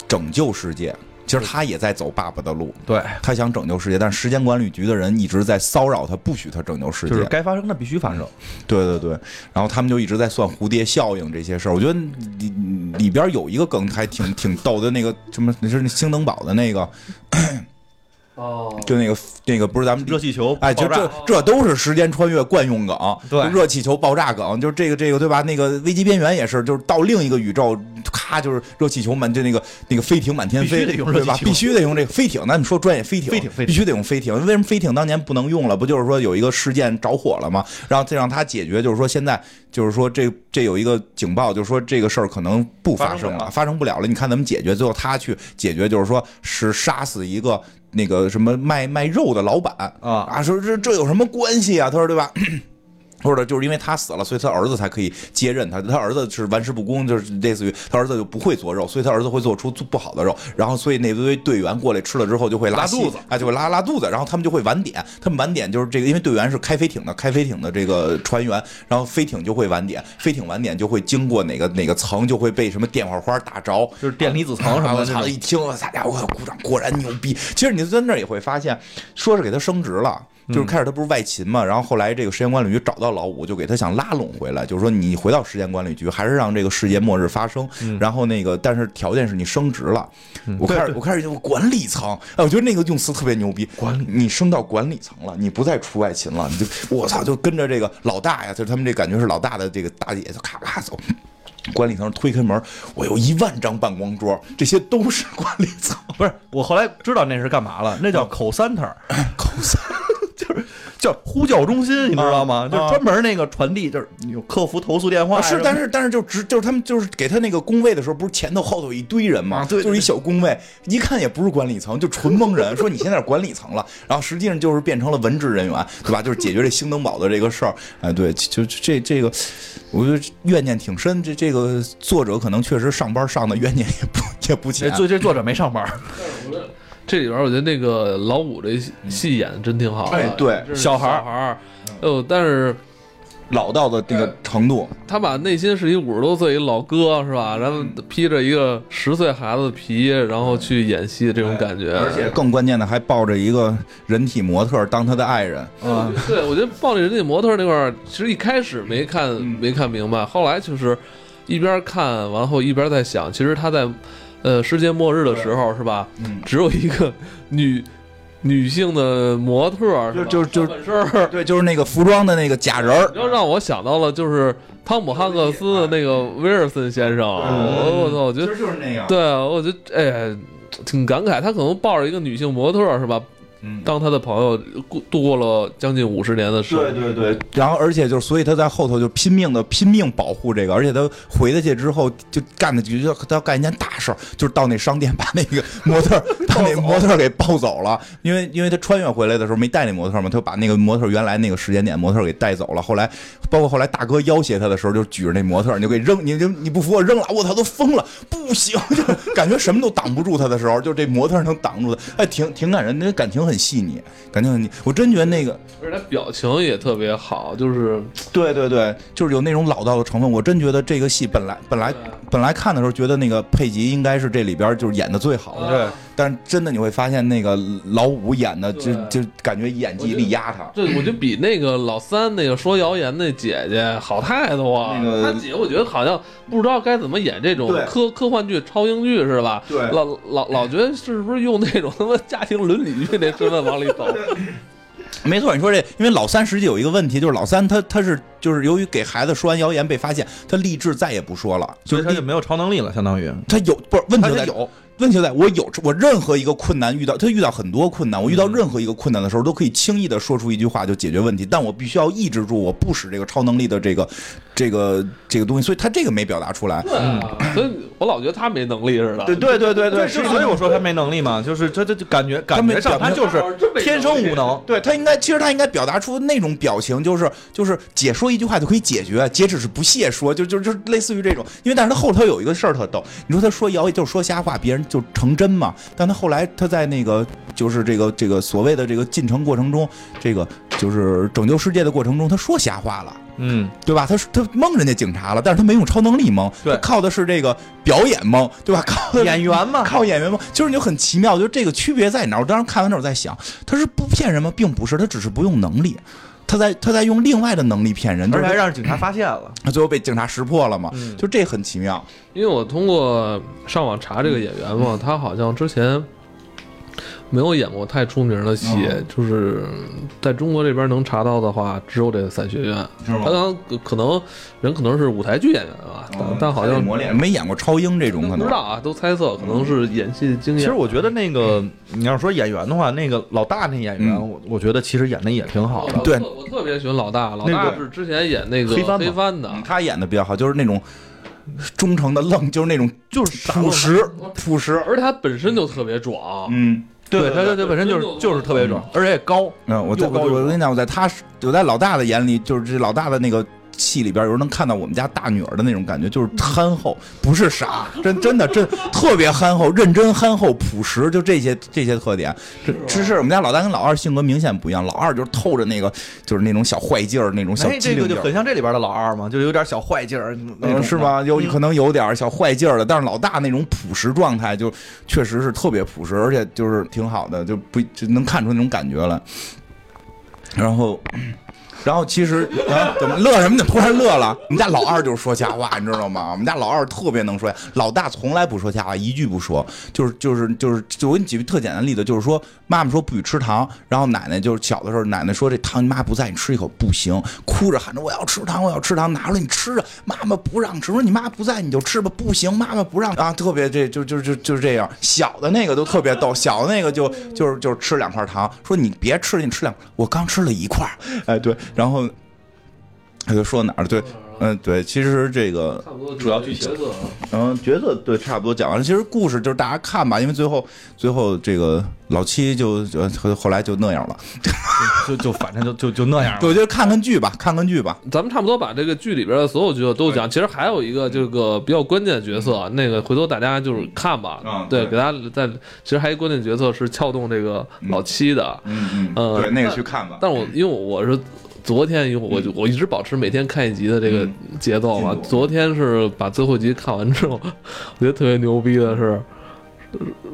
Speaker 2: 拯救世界。其实他也在走爸爸的路，
Speaker 4: 对，
Speaker 2: 他想拯救世界，但是时间管理局的人一直在骚扰他，不许他拯救世界。
Speaker 4: 就是该发生的必须发生。
Speaker 2: 对对对，然后他们就一直在算蝴蝶效应这些事儿。我觉得里里边有一个梗还挺挺逗的，那个什么，就是那兴登堡的那个，
Speaker 1: 哦，
Speaker 2: 就那个那个不是咱们
Speaker 4: 热气球，
Speaker 2: 哎，就
Speaker 4: 爆炸
Speaker 2: 这这都是时间穿越惯用梗，
Speaker 4: 对
Speaker 2: 就热气球爆炸梗，就是这个这个对吧？那个危机边缘也是，就是到另一个宇宙，咔就是热气球满就那个那个飞艇满天
Speaker 4: 必
Speaker 2: 飞，
Speaker 4: 须得用热
Speaker 2: 对
Speaker 4: 气球
Speaker 2: 吧？必须得用这个飞艇，那你说专业飞艇，
Speaker 4: 飞艇飞艇
Speaker 2: 必须得用飞艇。为什么飞艇当年不能用了？不就是说有一个事件着火了吗？然后再让它解决，就是说现在就是说这这有一个警报，就是说这个事儿可能不发
Speaker 4: 发生
Speaker 2: 生
Speaker 4: 不了
Speaker 2: 了，发生不了了。你看怎么解决？最后他去解决，就是说是杀死一个那个什么卖卖肉的老板
Speaker 4: 啊，
Speaker 2: 啊，说这这有什么关系啊？他说对吧？ 或者就是因为他死了，所以他儿子才可以接任他。他儿子是玩世不恭，就是类似于他儿子就不会做肉，所以他儿子会做出不好的肉。然后所以那堆队员过来吃了之后就会
Speaker 4: 拉
Speaker 2: 稀
Speaker 4: 肚子，
Speaker 2: 啊，就会拉拉肚子。然后他们就会晚点，他们晚点就是这个，因为队员是开飞艇的，开飞艇的这个船员，然后飞艇就会晚点，飞艇晚点就会经过哪个哪个层，就会被什么电火花打着，
Speaker 4: 就是电离子层什
Speaker 2: 啊我
Speaker 4: 么的
Speaker 2: 操！
Speaker 4: 那
Speaker 2: 一
Speaker 4: 种。
Speaker 2: 听，我操家伙，鼓掌，果然牛逼。其实你在那儿也会发现，说是给他升职了。就是开始他不是外勤嘛，然后后来这个时间管理局找到老五，就给他想拉拢回来，就是说你回到时间管理局，还是让这个世界末日发生。然后那个，但是条件是你升职了。我开始我开始就管理层，哎，我觉得那个用词特别牛逼。管理，你升到管理层了，你不再出外勤了，你就我操，就跟着这个老大呀，就是他们这感觉是老大的这个大姐，就咔咔走。管理层推开门，我有一万张办公桌，这些都是管理 层。
Speaker 4: 不是，我后来知道那是干嘛了，那叫口三 e r
Speaker 2: 口塞
Speaker 4: 叫呼叫中心，你知道吗？
Speaker 2: 啊
Speaker 4: 就是专门那个传递，就是有客服投诉电话
Speaker 2: 啊，
Speaker 4: 什
Speaker 2: 是，
Speaker 4: 么 的。
Speaker 2: 但是但是就只就是他们就是给他那个工位的时候，不是前头后头一堆人嘛，
Speaker 4: 啊对对
Speaker 2: 就是一小工位，一看也不是管理层，就纯蒙人。说你现在是管理层了，然后实际上就是变成了文职人员，对吧？就是解决这兴登堡的这个事儿。哎，对，就就这这个，我觉得怨念挺深。这这个作者可能确实上班上的怨念也不也不
Speaker 4: 这
Speaker 2: 浅。
Speaker 4: 作这作者没上班，
Speaker 1: 这里边我觉得那个
Speaker 2: 嗯
Speaker 1: 老五这戏演得真挺好的，
Speaker 2: 哎对
Speaker 1: 就是
Speaker 4: 小孩儿
Speaker 1: 小孩儿，呃，但是
Speaker 2: 老到的那个程度，
Speaker 1: 他把内心是一五十多岁一老哥是吧？然后
Speaker 2: 嗯
Speaker 1: 披着一个十岁孩子的皮，然后去演戏，这种感觉。
Speaker 2: 哎而且更关键的还抱着一个人体模特当他的爱人，
Speaker 1: 啊，对，我觉得暴力人体模特那块儿，其实一开始没看
Speaker 2: 嗯
Speaker 1: 没看明白，后来就是一边看完后一边在想，其实他在呃世界末日的时候是吧，
Speaker 2: 嗯，
Speaker 1: 只有一个女女性的模特儿是吧，
Speaker 2: 就就就
Speaker 1: 本身儿。
Speaker 2: 对，就是那个服装的那个假人儿
Speaker 1: 你，要让我想到了，就是汤姆汉克斯的那个威尔森先生，啊
Speaker 2: 嗯
Speaker 1: 我我操，我觉得，
Speaker 2: 就是那样，
Speaker 1: 对，我觉得，哎，挺感慨。他可能抱着一个女性模特儿是吧，
Speaker 2: 嗯
Speaker 1: 当他的朋友过度过了将近五十年的生活，
Speaker 2: 对对，然后而且就是，所以他在后头就拼命的拼命保护这个，而且他回得去之后就干的，就他要干一件大事儿，就是到那商店把那个模特儿把那模特儿给抱走了，因为因为他穿越回来的时候没带那模特儿嘛，他就把那个模特儿原来那个时间点模特儿给带走了。后来包括后来大哥要挟他的时候，就举着那模特儿你就给扔，你就你不服我扔了，我操都疯了，不行，就感觉什么都挡不住他的时候，就这模特儿能挡住他，哎，挺挺感人，那感情很细腻，感情很细，我真觉得那个。
Speaker 1: 而且他表情也特别好，就是
Speaker 2: 对对对，就是有那种老道的成分。我真觉得这个戏本来本来本来看的时候觉得那个佩吉应该是这里边就是演的最好的，
Speaker 1: 对，
Speaker 2: 但是真的你会发现那个老五演的就
Speaker 1: 对
Speaker 2: 就感觉演技力压他。
Speaker 1: 这我觉得比那个老三那个说谣言那姐姐好太多了。
Speaker 2: 那个
Speaker 1: 她姐我觉得好像不知道该怎么演这种
Speaker 2: 对
Speaker 1: 科科幻剧、超英剧是吧？
Speaker 2: 对
Speaker 1: 老老老觉得是不是用那种他妈家庭伦理剧那身份往 里走？
Speaker 2: 没错，你说这，因为老三实际有一个问题，就是老三他他是就是由于给孩子说完谣言被发现，他立志再也不说了，就
Speaker 4: 所
Speaker 2: 是
Speaker 4: 以他
Speaker 2: 立
Speaker 4: 就没有超能力了，相当于。
Speaker 2: 他有不是问题
Speaker 4: 他
Speaker 2: 就在有。问题就在我有我任何一个困难遇到，他遇到很多困难，我遇到任何一个困难的时候，都可以轻易的说出一句话就解决问题，但我必须要抑制住，我不使这个超能力的这个这个这个东西，所以他这个没表达出来。
Speaker 1: 对啊，所以我老觉得她没能力似的。
Speaker 4: 对对对对，
Speaker 2: 是
Speaker 4: 是
Speaker 2: 的
Speaker 4: 所以我说他没能力嘛，就是这这就感觉感觉上
Speaker 2: 他
Speaker 4: 他
Speaker 2: 没
Speaker 4: 就是天生无能。
Speaker 2: 对他应该，其实他应该表达出那种表情，就是就是解说一句话就可以解决，姐只是不屑说，就就就类似于这种。因为但是他后头有一个事儿特逗，你说他说谣言就是说瞎话，别人就成真嘛。但他后来他在那个就是这个这个所谓的这个进程过程中，这个就是拯救世界的过程中，他说瞎话了。
Speaker 4: 嗯，
Speaker 2: 对吧？他是他蒙人家警察了，但是他没用超能力蒙，
Speaker 4: 对
Speaker 2: 他靠的是这个表演蒙，对吧？靠的是
Speaker 4: 演员嘛，
Speaker 2: 靠演员吗？就是你就很奇妙，就这个区别在哪儿？我当时看完之后在想，他是不骗人吗？并不是，他只是不用能力，他在他在用另外的能力骗人，就
Speaker 4: 而
Speaker 2: 是
Speaker 4: 且
Speaker 2: 他
Speaker 4: 还让警察发现了。
Speaker 2: 他最后被警察识破了嘛。
Speaker 4: 嗯
Speaker 2: 就这很奇妙，
Speaker 1: 因为我通过上网查这个演员
Speaker 4: 嗯
Speaker 1: 嘛，他好像之前没有演过太出名的戏，
Speaker 4: 哦
Speaker 2: 嗯
Speaker 1: 就是在中国这边能查到的话，只有这个伞学院。
Speaker 2: 是
Speaker 1: 他？刚可能人可能是舞台剧演员
Speaker 4: 哦
Speaker 1: 吧，
Speaker 2: 啊
Speaker 1: 但但好像
Speaker 2: 磨练没演过超英这种可
Speaker 1: 不
Speaker 2: 能
Speaker 1: 知道。啊，都猜测可能
Speaker 4: 嗯
Speaker 1: 是演戏经验。
Speaker 4: 其实我觉得那个你要说演员的话，那个老大那演员，
Speaker 2: 嗯
Speaker 4: 我我觉得其实演的也挺好的。
Speaker 1: 我
Speaker 2: 对
Speaker 1: 特我特别喜欢老大，老
Speaker 4: 嗯那
Speaker 1: 大
Speaker 4: 个
Speaker 1: 是之前演那个
Speaker 4: 黑帆嘛
Speaker 1: 黑帆的，
Speaker 2: 嗯他演的比较好，就是那种忠诚的愣，就是那种
Speaker 4: 就是
Speaker 2: 朴实朴实。
Speaker 1: 而且他本身就特别壮，
Speaker 2: 嗯，
Speaker 4: 对，他
Speaker 1: 对
Speaker 4: 他
Speaker 1: 对
Speaker 4: 他本身就
Speaker 1: 真的
Speaker 4: 是就是特别壮，而且也高。
Speaker 2: 嗯，我在
Speaker 4: 又
Speaker 2: 我
Speaker 4: 高又
Speaker 2: 我跟你讲，我在他我在老大的眼里，就是这老大的那个戏里边，有时候能看到我们家大女儿的那种感觉，就是憨厚，不是傻，真真的真特别憨厚，认真憨厚朴实，就这些这些特点。这这是我们家老大跟老二性格明显不一样，老二就是透着那个就是那种小坏劲儿，那种小
Speaker 4: 哎，
Speaker 2: 机
Speaker 4: 这个
Speaker 2: 灵劲
Speaker 4: 就
Speaker 2: 儿。
Speaker 4: 很像这里边的老二嘛，就有点小坏劲儿那种
Speaker 2: 嗯，
Speaker 4: 的
Speaker 2: 是？吧？有可能有点儿小坏劲儿了，但是老大那种朴实状态就确实是特别朴实，而且就是挺好的，就不就能看出那种感觉来。然后，然后其实啊，怎么乐什么？怎么突然乐了？我们家老二就是说瞎话，你知道吗？我们家老二特别能说，老大从来不说瞎话，一句不说。就是就是就是，就我给你举个特简单的例子，就是说妈妈说不许吃糖，然后奶奶就是小的时候，奶奶说这糖你妈不在，你吃一口不行，哭着喊着我要吃糖，我要吃糖，拿出来你吃啊，妈妈不让吃，我说你妈不在你就吃吧，不行，妈妈不让啊，特别这就就就就是这样，小的那个都特别逗，小的那个就就是就是吃两块糖，说你别吃了，你吃两块，我刚吃了一块儿，哎对，然后他就说哪儿了对，嗯对，其实这个
Speaker 1: 差不多
Speaker 4: 主要剧情
Speaker 1: 角色啊
Speaker 2: 嗯，角色对，差不多讲完了。其实故事就是大家看吧，因为最后最后这个老七就就后后来就那样了。
Speaker 4: 就就反正就就就那样了。
Speaker 2: 我觉得看看剧吧，看看剧吧。
Speaker 1: 咱们差不多把这个剧里边的所有角色都讲，其实还有一个这个比较关键的角色，啊那个回头大家就是看吧，
Speaker 2: 嗯
Speaker 1: 对，
Speaker 2: 对
Speaker 1: 给大家在其实还有一个关键角色是撬动这个老七的，
Speaker 2: 嗯
Speaker 1: 嗯
Speaker 4: 呃
Speaker 2: 对，那个去看吧。
Speaker 1: 但我因为我我是昨天有我就我一直保持每天看一集的这个节奏嘛
Speaker 2: 嗯进。度
Speaker 1: 昨天是把最后一集看完之后， 我觉得特别牛逼的是。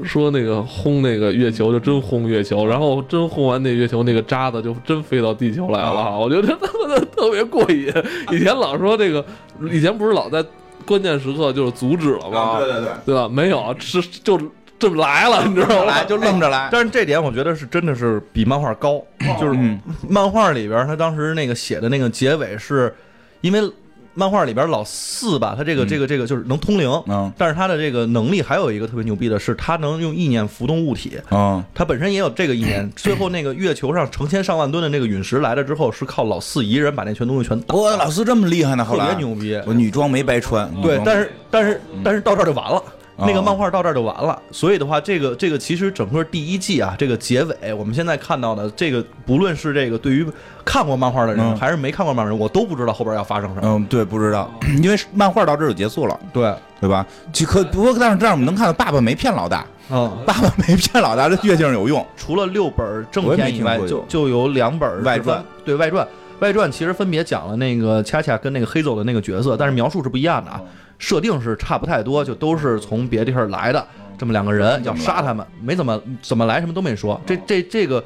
Speaker 1: 说那个轰那个月球就真轰月球，然后真轰完那月球那个渣子就真飞到地球来
Speaker 2: 啊
Speaker 1: 了，我觉得他妈的特别过瘾。以前老说这个，以前不是老在关键时刻就是阻止了吗？
Speaker 2: 嗯啊对对
Speaker 1: 对吧？没有，是就这么来了，你知道
Speaker 2: 对，
Speaker 1: 吗
Speaker 2: 来？就愣着来，
Speaker 4: 但是这点我觉得是真的是比漫画高，就是
Speaker 2: 嗯
Speaker 4: 漫画里边他当时那个写的那个结尾是，因为漫画里边老四吧，他这个这个这个就是能通灵，
Speaker 2: 嗯
Speaker 4: 但是他的这个能力还有一个特别牛逼的是，他能用意念浮动物体。
Speaker 2: 嗯，
Speaker 4: 他本身也有这个 意念，最后那个月球上成千上万吨的那个陨石来了之后，是靠老四一人把那全东西全打，
Speaker 2: 我老师这么厉害呢，后
Speaker 4: 特别
Speaker 2: 来
Speaker 4: 牛逼。嗯
Speaker 2: 我女装没白穿，
Speaker 4: 对，但
Speaker 2: 是
Speaker 4: 是但是但是到这儿就完了。
Speaker 2: 哦
Speaker 4: 那个漫画到这儿就完了，所以的话，这个这个其实整个第一季啊，这个结尾，我们现在看到的这个，不论是这个对于看过漫画的人，
Speaker 2: 嗯
Speaker 4: 还是没看过漫画的人，我都不知道后边要发生什么。
Speaker 2: 嗯，对，不知道， 因为漫画到这儿就结束了，
Speaker 4: 对，
Speaker 2: 嗯对吧？其可不过，但是这样我们能看到，爸爸没骗老大，
Speaker 4: 嗯，
Speaker 2: 爸爸没骗老大，这月镜有用，
Speaker 4: 除了六本正
Speaker 2: 我也没
Speaker 4: 片以
Speaker 2: 听
Speaker 4: 外，
Speaker 2: 过
Speaker 4: 就就有两本是
Speaker 2: 外
Speaker 4: 分
Speaker 2: 传，
Speaker 4: 对外传，外传其实分别讲了那个恰恰跟那个黑走的那个角色，但是描述是不一样的
Speaker 2: 哦
Speaker 4: 啊，设定是差不太多，就都是从别地方来
Speaker 2: 哦
Speaker 4: 的这么两个人要杀他们，没怎么怎么来，什么都没说，这这这个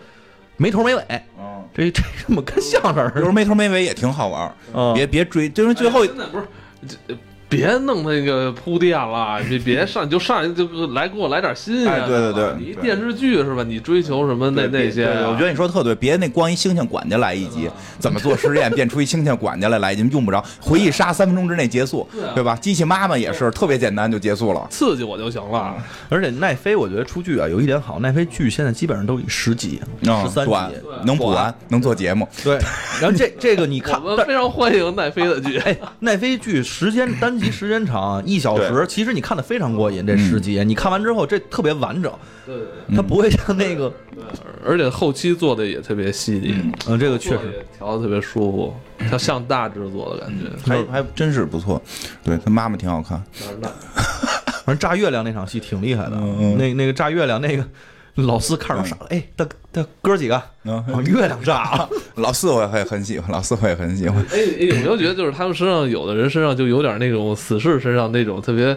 Speaker 4: 没头没尾，
Speaker 2: 嗯，
Speaker 4: 这这这么跟相声
Speaker 2: 有
Speaker 4: 似
Speaker 2: 时
Speaker 4: 的
Speaker 2: 候没头没尾也挺好玩儿，
Speaker 4: 嗯，
Speaker 2: 别别追，因为最后
Speaker 1: 哎真的不是，这别弄那个铺垫了，你别上你就上来就来给我来点新鲜的吧。
Speaker 2: 哎对对对
Speaker 1: 你一
Speaker 2: 对
Speaker 1: 电视剧是吧？你追求什么那
Speaker 2: 对
Speaker 1: 那些啊？
Speaker 2: 对我觉得你说的特对，别那光一猩猩管家来一集， 怎么做实验变出一猩猩管家来来一集，用不着回忆杀三分钟之内结束
Speaker 1: 对啊，
Speaker 2: 对吧？机器妈妈也是特别简单就结束了，
Speaker 1: 刺激我就行
Speaker 2: 嗯
Speaker 1: 了。
Speaker 4: 而且奈飞我觉得出剧啊有一点好，奈飞剧现在基本上都以十集、十三
Speaker 2: 哦嗯
Speaker 4: 集啊
Speaker 2: 短，能补完，能做节目，
Speaker 4: 对，然后这这个你看，
Speaker 1: 我们
Speaker 4: 但
Speaker 1: 非常欢迎奈飞的剧，
Speaker 4: 哎，奈飞剧时间单集时间长啊，一小时，其实你看的非常过瘾。这十集，
Speaker 2: 嗯
Speaker 4: 你看完之后，这特别完整，
Speaker 1: 对，
Speaker 4: 它不会像那个，
Speaker 1: 而且后期做的也特别细腻，
Speaker 4: 嗯，这个确实，
Speaker 1: 也调的特别舒服，像像大制作的感觉。
Speaker 2: 还还真是不错。对他妈妈挺好看，
Speaker 4: 反正炸月亮那场戏挺厉害的啊
Speaker 2: 嗯，嗯
Speaker 4: 那那个炸月亮那个。老四看着傻了，哎，大大哥几个，
Speaker 2: 嗯
Speaker 4: 哦月亮炸 了，
Speaker 2: 老四我也很喜欢，老四我也很喜欢。
Speaker 1: 哎，哎有没有觉得就是他们身上有的人身上就有点那种死侍身上那种特别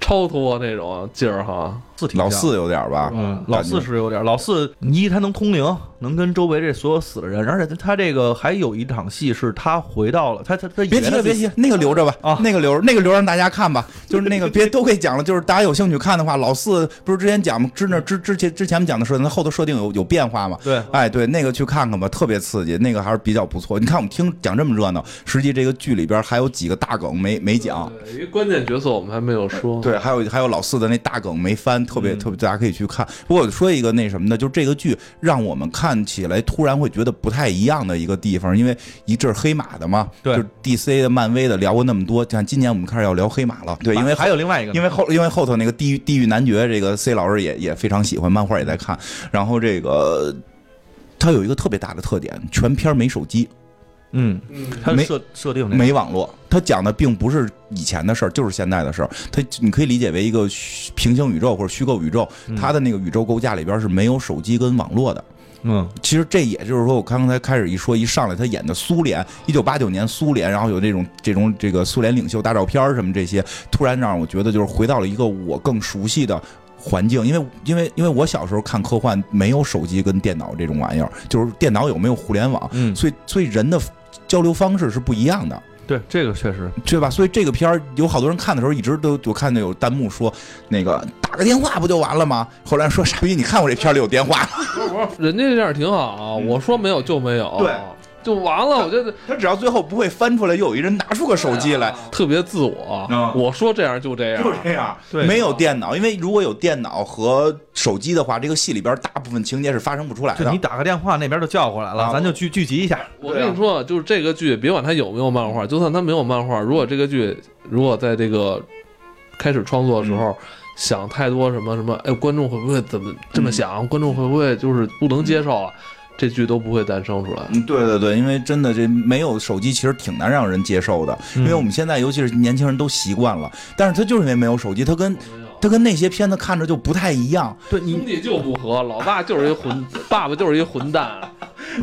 Speaker 1: 超脱那种劲儿哈？
Speaker 4: 四挺
Speaker 2: 老
Speaker 4: 像
Speaker 2: 四有点儿吧，
Speaker 4: 嗯，老四是有点儿，老四一他能通灵，能跟周围这所有死的人，而且他这个还有一场戏是他回到了他他他
Speaker 2: 别提了，别提了，那个留着吧，
Speaker 4: 啊
Speaker 2: 那个留着，那个留着让大家看吧。就是那个别都给讲了，就是大家有兴趣看的话，老四不是之前讲吗？之那之之前之前我们讲的设定，那后头设定有有变化嘛？
Speaker 4: 对
Speaker 2: 哎，对，那个去看看吧，特别刺激，那个还是比较不错。你看我们听讲这么热闹，实际这个剧里边还有几个大梗没没讲。
Speaker 1: 对，一个关键角色我们还没有说。
Speaker 2: 啊对，还有还有老四的那大梗没翻，特别特别，大家可以去看。不过我说一个那什么的，就是这个剧让我们看起来突然会觉得不太一样的一个地方，因为一阵儿黑马的嘛，
Speaker 4: 对
Speaker 2: 就是 DC 的、漫威的聊过那么多，像今年我们开始要聊黑马了，对，因为
Speaker 4: 还有另外一个呢，
Speaker 2: 因为后因为后头那个地狱地狱男爵，这个 C 老师也也非常喜欢，漫画也在看，然后这个。它有一个特别大的特点，全片没手机，
Speaker 4: 嗯，他
Speaker 2: 没
Speaker 4: 设设定那个
Speaker 2: 没网络。它讲的并不是以前的事儿，就是现在的事儿。它你可以理解为一个虚平行宇宙或者虚构宇宙，它的那个宇宙构架里边是没有手机跟网络的。
Speaker 4: 嗯，
Speaker 2: 其实这也就是说，我刚才开始一说，一上来他演的苏联，一九八九年苏联，然后有这种这种这个苏联领袖大照片儿什么这些，突然让我觉得就是回到了一个我更熟悉的。环境，因为因为因为我小时候看科幻没有手机跟电脑这种玩意儿，就是电脑有没有互联网，
Speaker 4: 嗯
Speaker 2: 所以所以人的交流方式是不一样的，
Speaker 4: 对，这个确实，
Speaker 2: 对吧？所以这个片儿有好多人看的时候，一直都我看见有弹幕说那个打个电话不就完了吗？后来说傻逼，你看我这片儿里有电话，
Speaker 1: 人家这样挺好啊，
Speaker 4: 嗯
Speaker 1: 我说没有就没有，
Speaker 2: 对，
Speaker 1: 就完了。我觉得哎
Speaker 2: 他只要最后不会翻出来，又有一人拿出个手机来，
Speaker 1: 特别自我，
Speaker 2: 嗯
Speaker 1: 我说这样就这样，
Speaker 2: 就这样，
Speaker 4: 啊对啊
Speaker 2: 没有电脑，因为如果有电脑和手机的话，这个戏里边大部分情节是发生不出来
Speaker 4: 就
Speaker 2: 的
Speaker 4: 你。打个电话，那边就叫过来了，
Speaker 2: 啊
Speaker 4: 咱就聚聚集一下。
Speaker 1: 我跟你说，啊就是这个剧，别管它有没有漫画，就算它没有漫画，如果这个剧如果在这个开始创作的时
Speaker 2: 嗯
Speaker 1: 候、想太多什么什么，哎，观众会不会怎么这
Speaker 2: 嗯
Speaker 1: 么想？观众会不会就是不能接受啊？这剧都不会诞生出来。
Speaker 2: 嗯，对对对，因为真的这没有手机，其实挺难让人接受的。
Speaker 4: 嗯
Speaker 2: 因为我们现在尤其是年轻人都习惯了，但是他就是因为没有手机，他跟他跟那些片子看着就不太一样。
Speaker 4: 对你
Speaker 1: 兄弟就不和，老爸就是一混，爸爸就是一混蛋，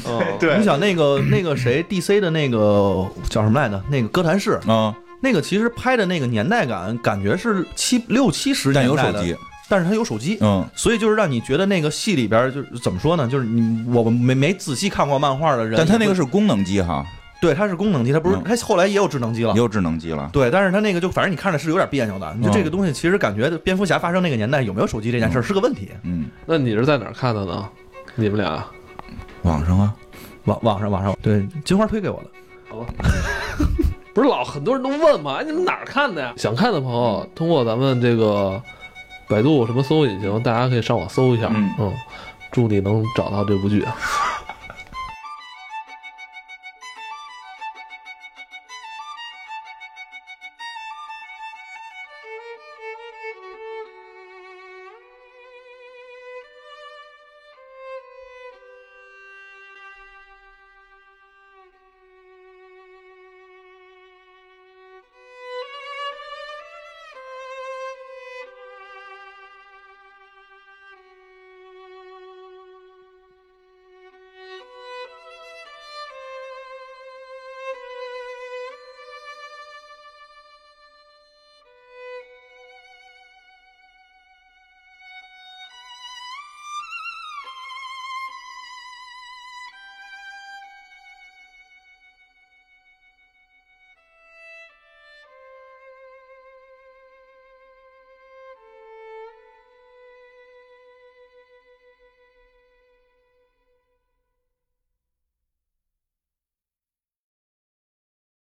Speaker 1: 嗯
Speaker 2: 对
Speaker 4: 你想那个那个谁 DC 的那个叫什么来着？那个哥谭市，
Speaker 2: 啊，
Speaker 4: 那个其实拍的那个年代感，感觉是七六七十
Speaker 2: 但
Speaker 4: 年
Speaker 2: 有
Speaker 4: 代
Speaker 2: 手
Speaker 4: 的
Speaker 2: 机，，
Speaker 4: 但是它有手机，
Speaker 2: 嗯，
Speaker 4: 所以就是让你觉得那个戏里边儿就是怎么说呢？就是你我没没仔细看过漫画的人，
Speaker 2: 但它那个
Speaker 4: 是
Speaker 2: 是功能机哈，
Speaker 4: 对，它是功能机，它不是
Speaker 2: 嗯
Speaker 4: 它后来也有智能机了
Speaker 2: 也。有智能机了。
Speaker 4: 对，但是它那个就反正你看着是有点别扭的，你就这个东西其实感觉蝙蝠侠发生那个年代有没有手机这件事儿是个问题。
Speaker 2: 嗯，
Speaker 1: 那你是在哪儿看的呢？你们俩？
Speaker 2: 网上啊，
Speaker 4: 网网上网上对金花推给我的，
Speaker 1: 不是老很多人都问嘛，哎你们哪儿看的呀？想看的朋友，通过咱们这个百度什么搜索引擎，大家可以上网搜一下。
Speaker 2: 嗯
Speaker 1: 嗯，祝你能找到这部剧。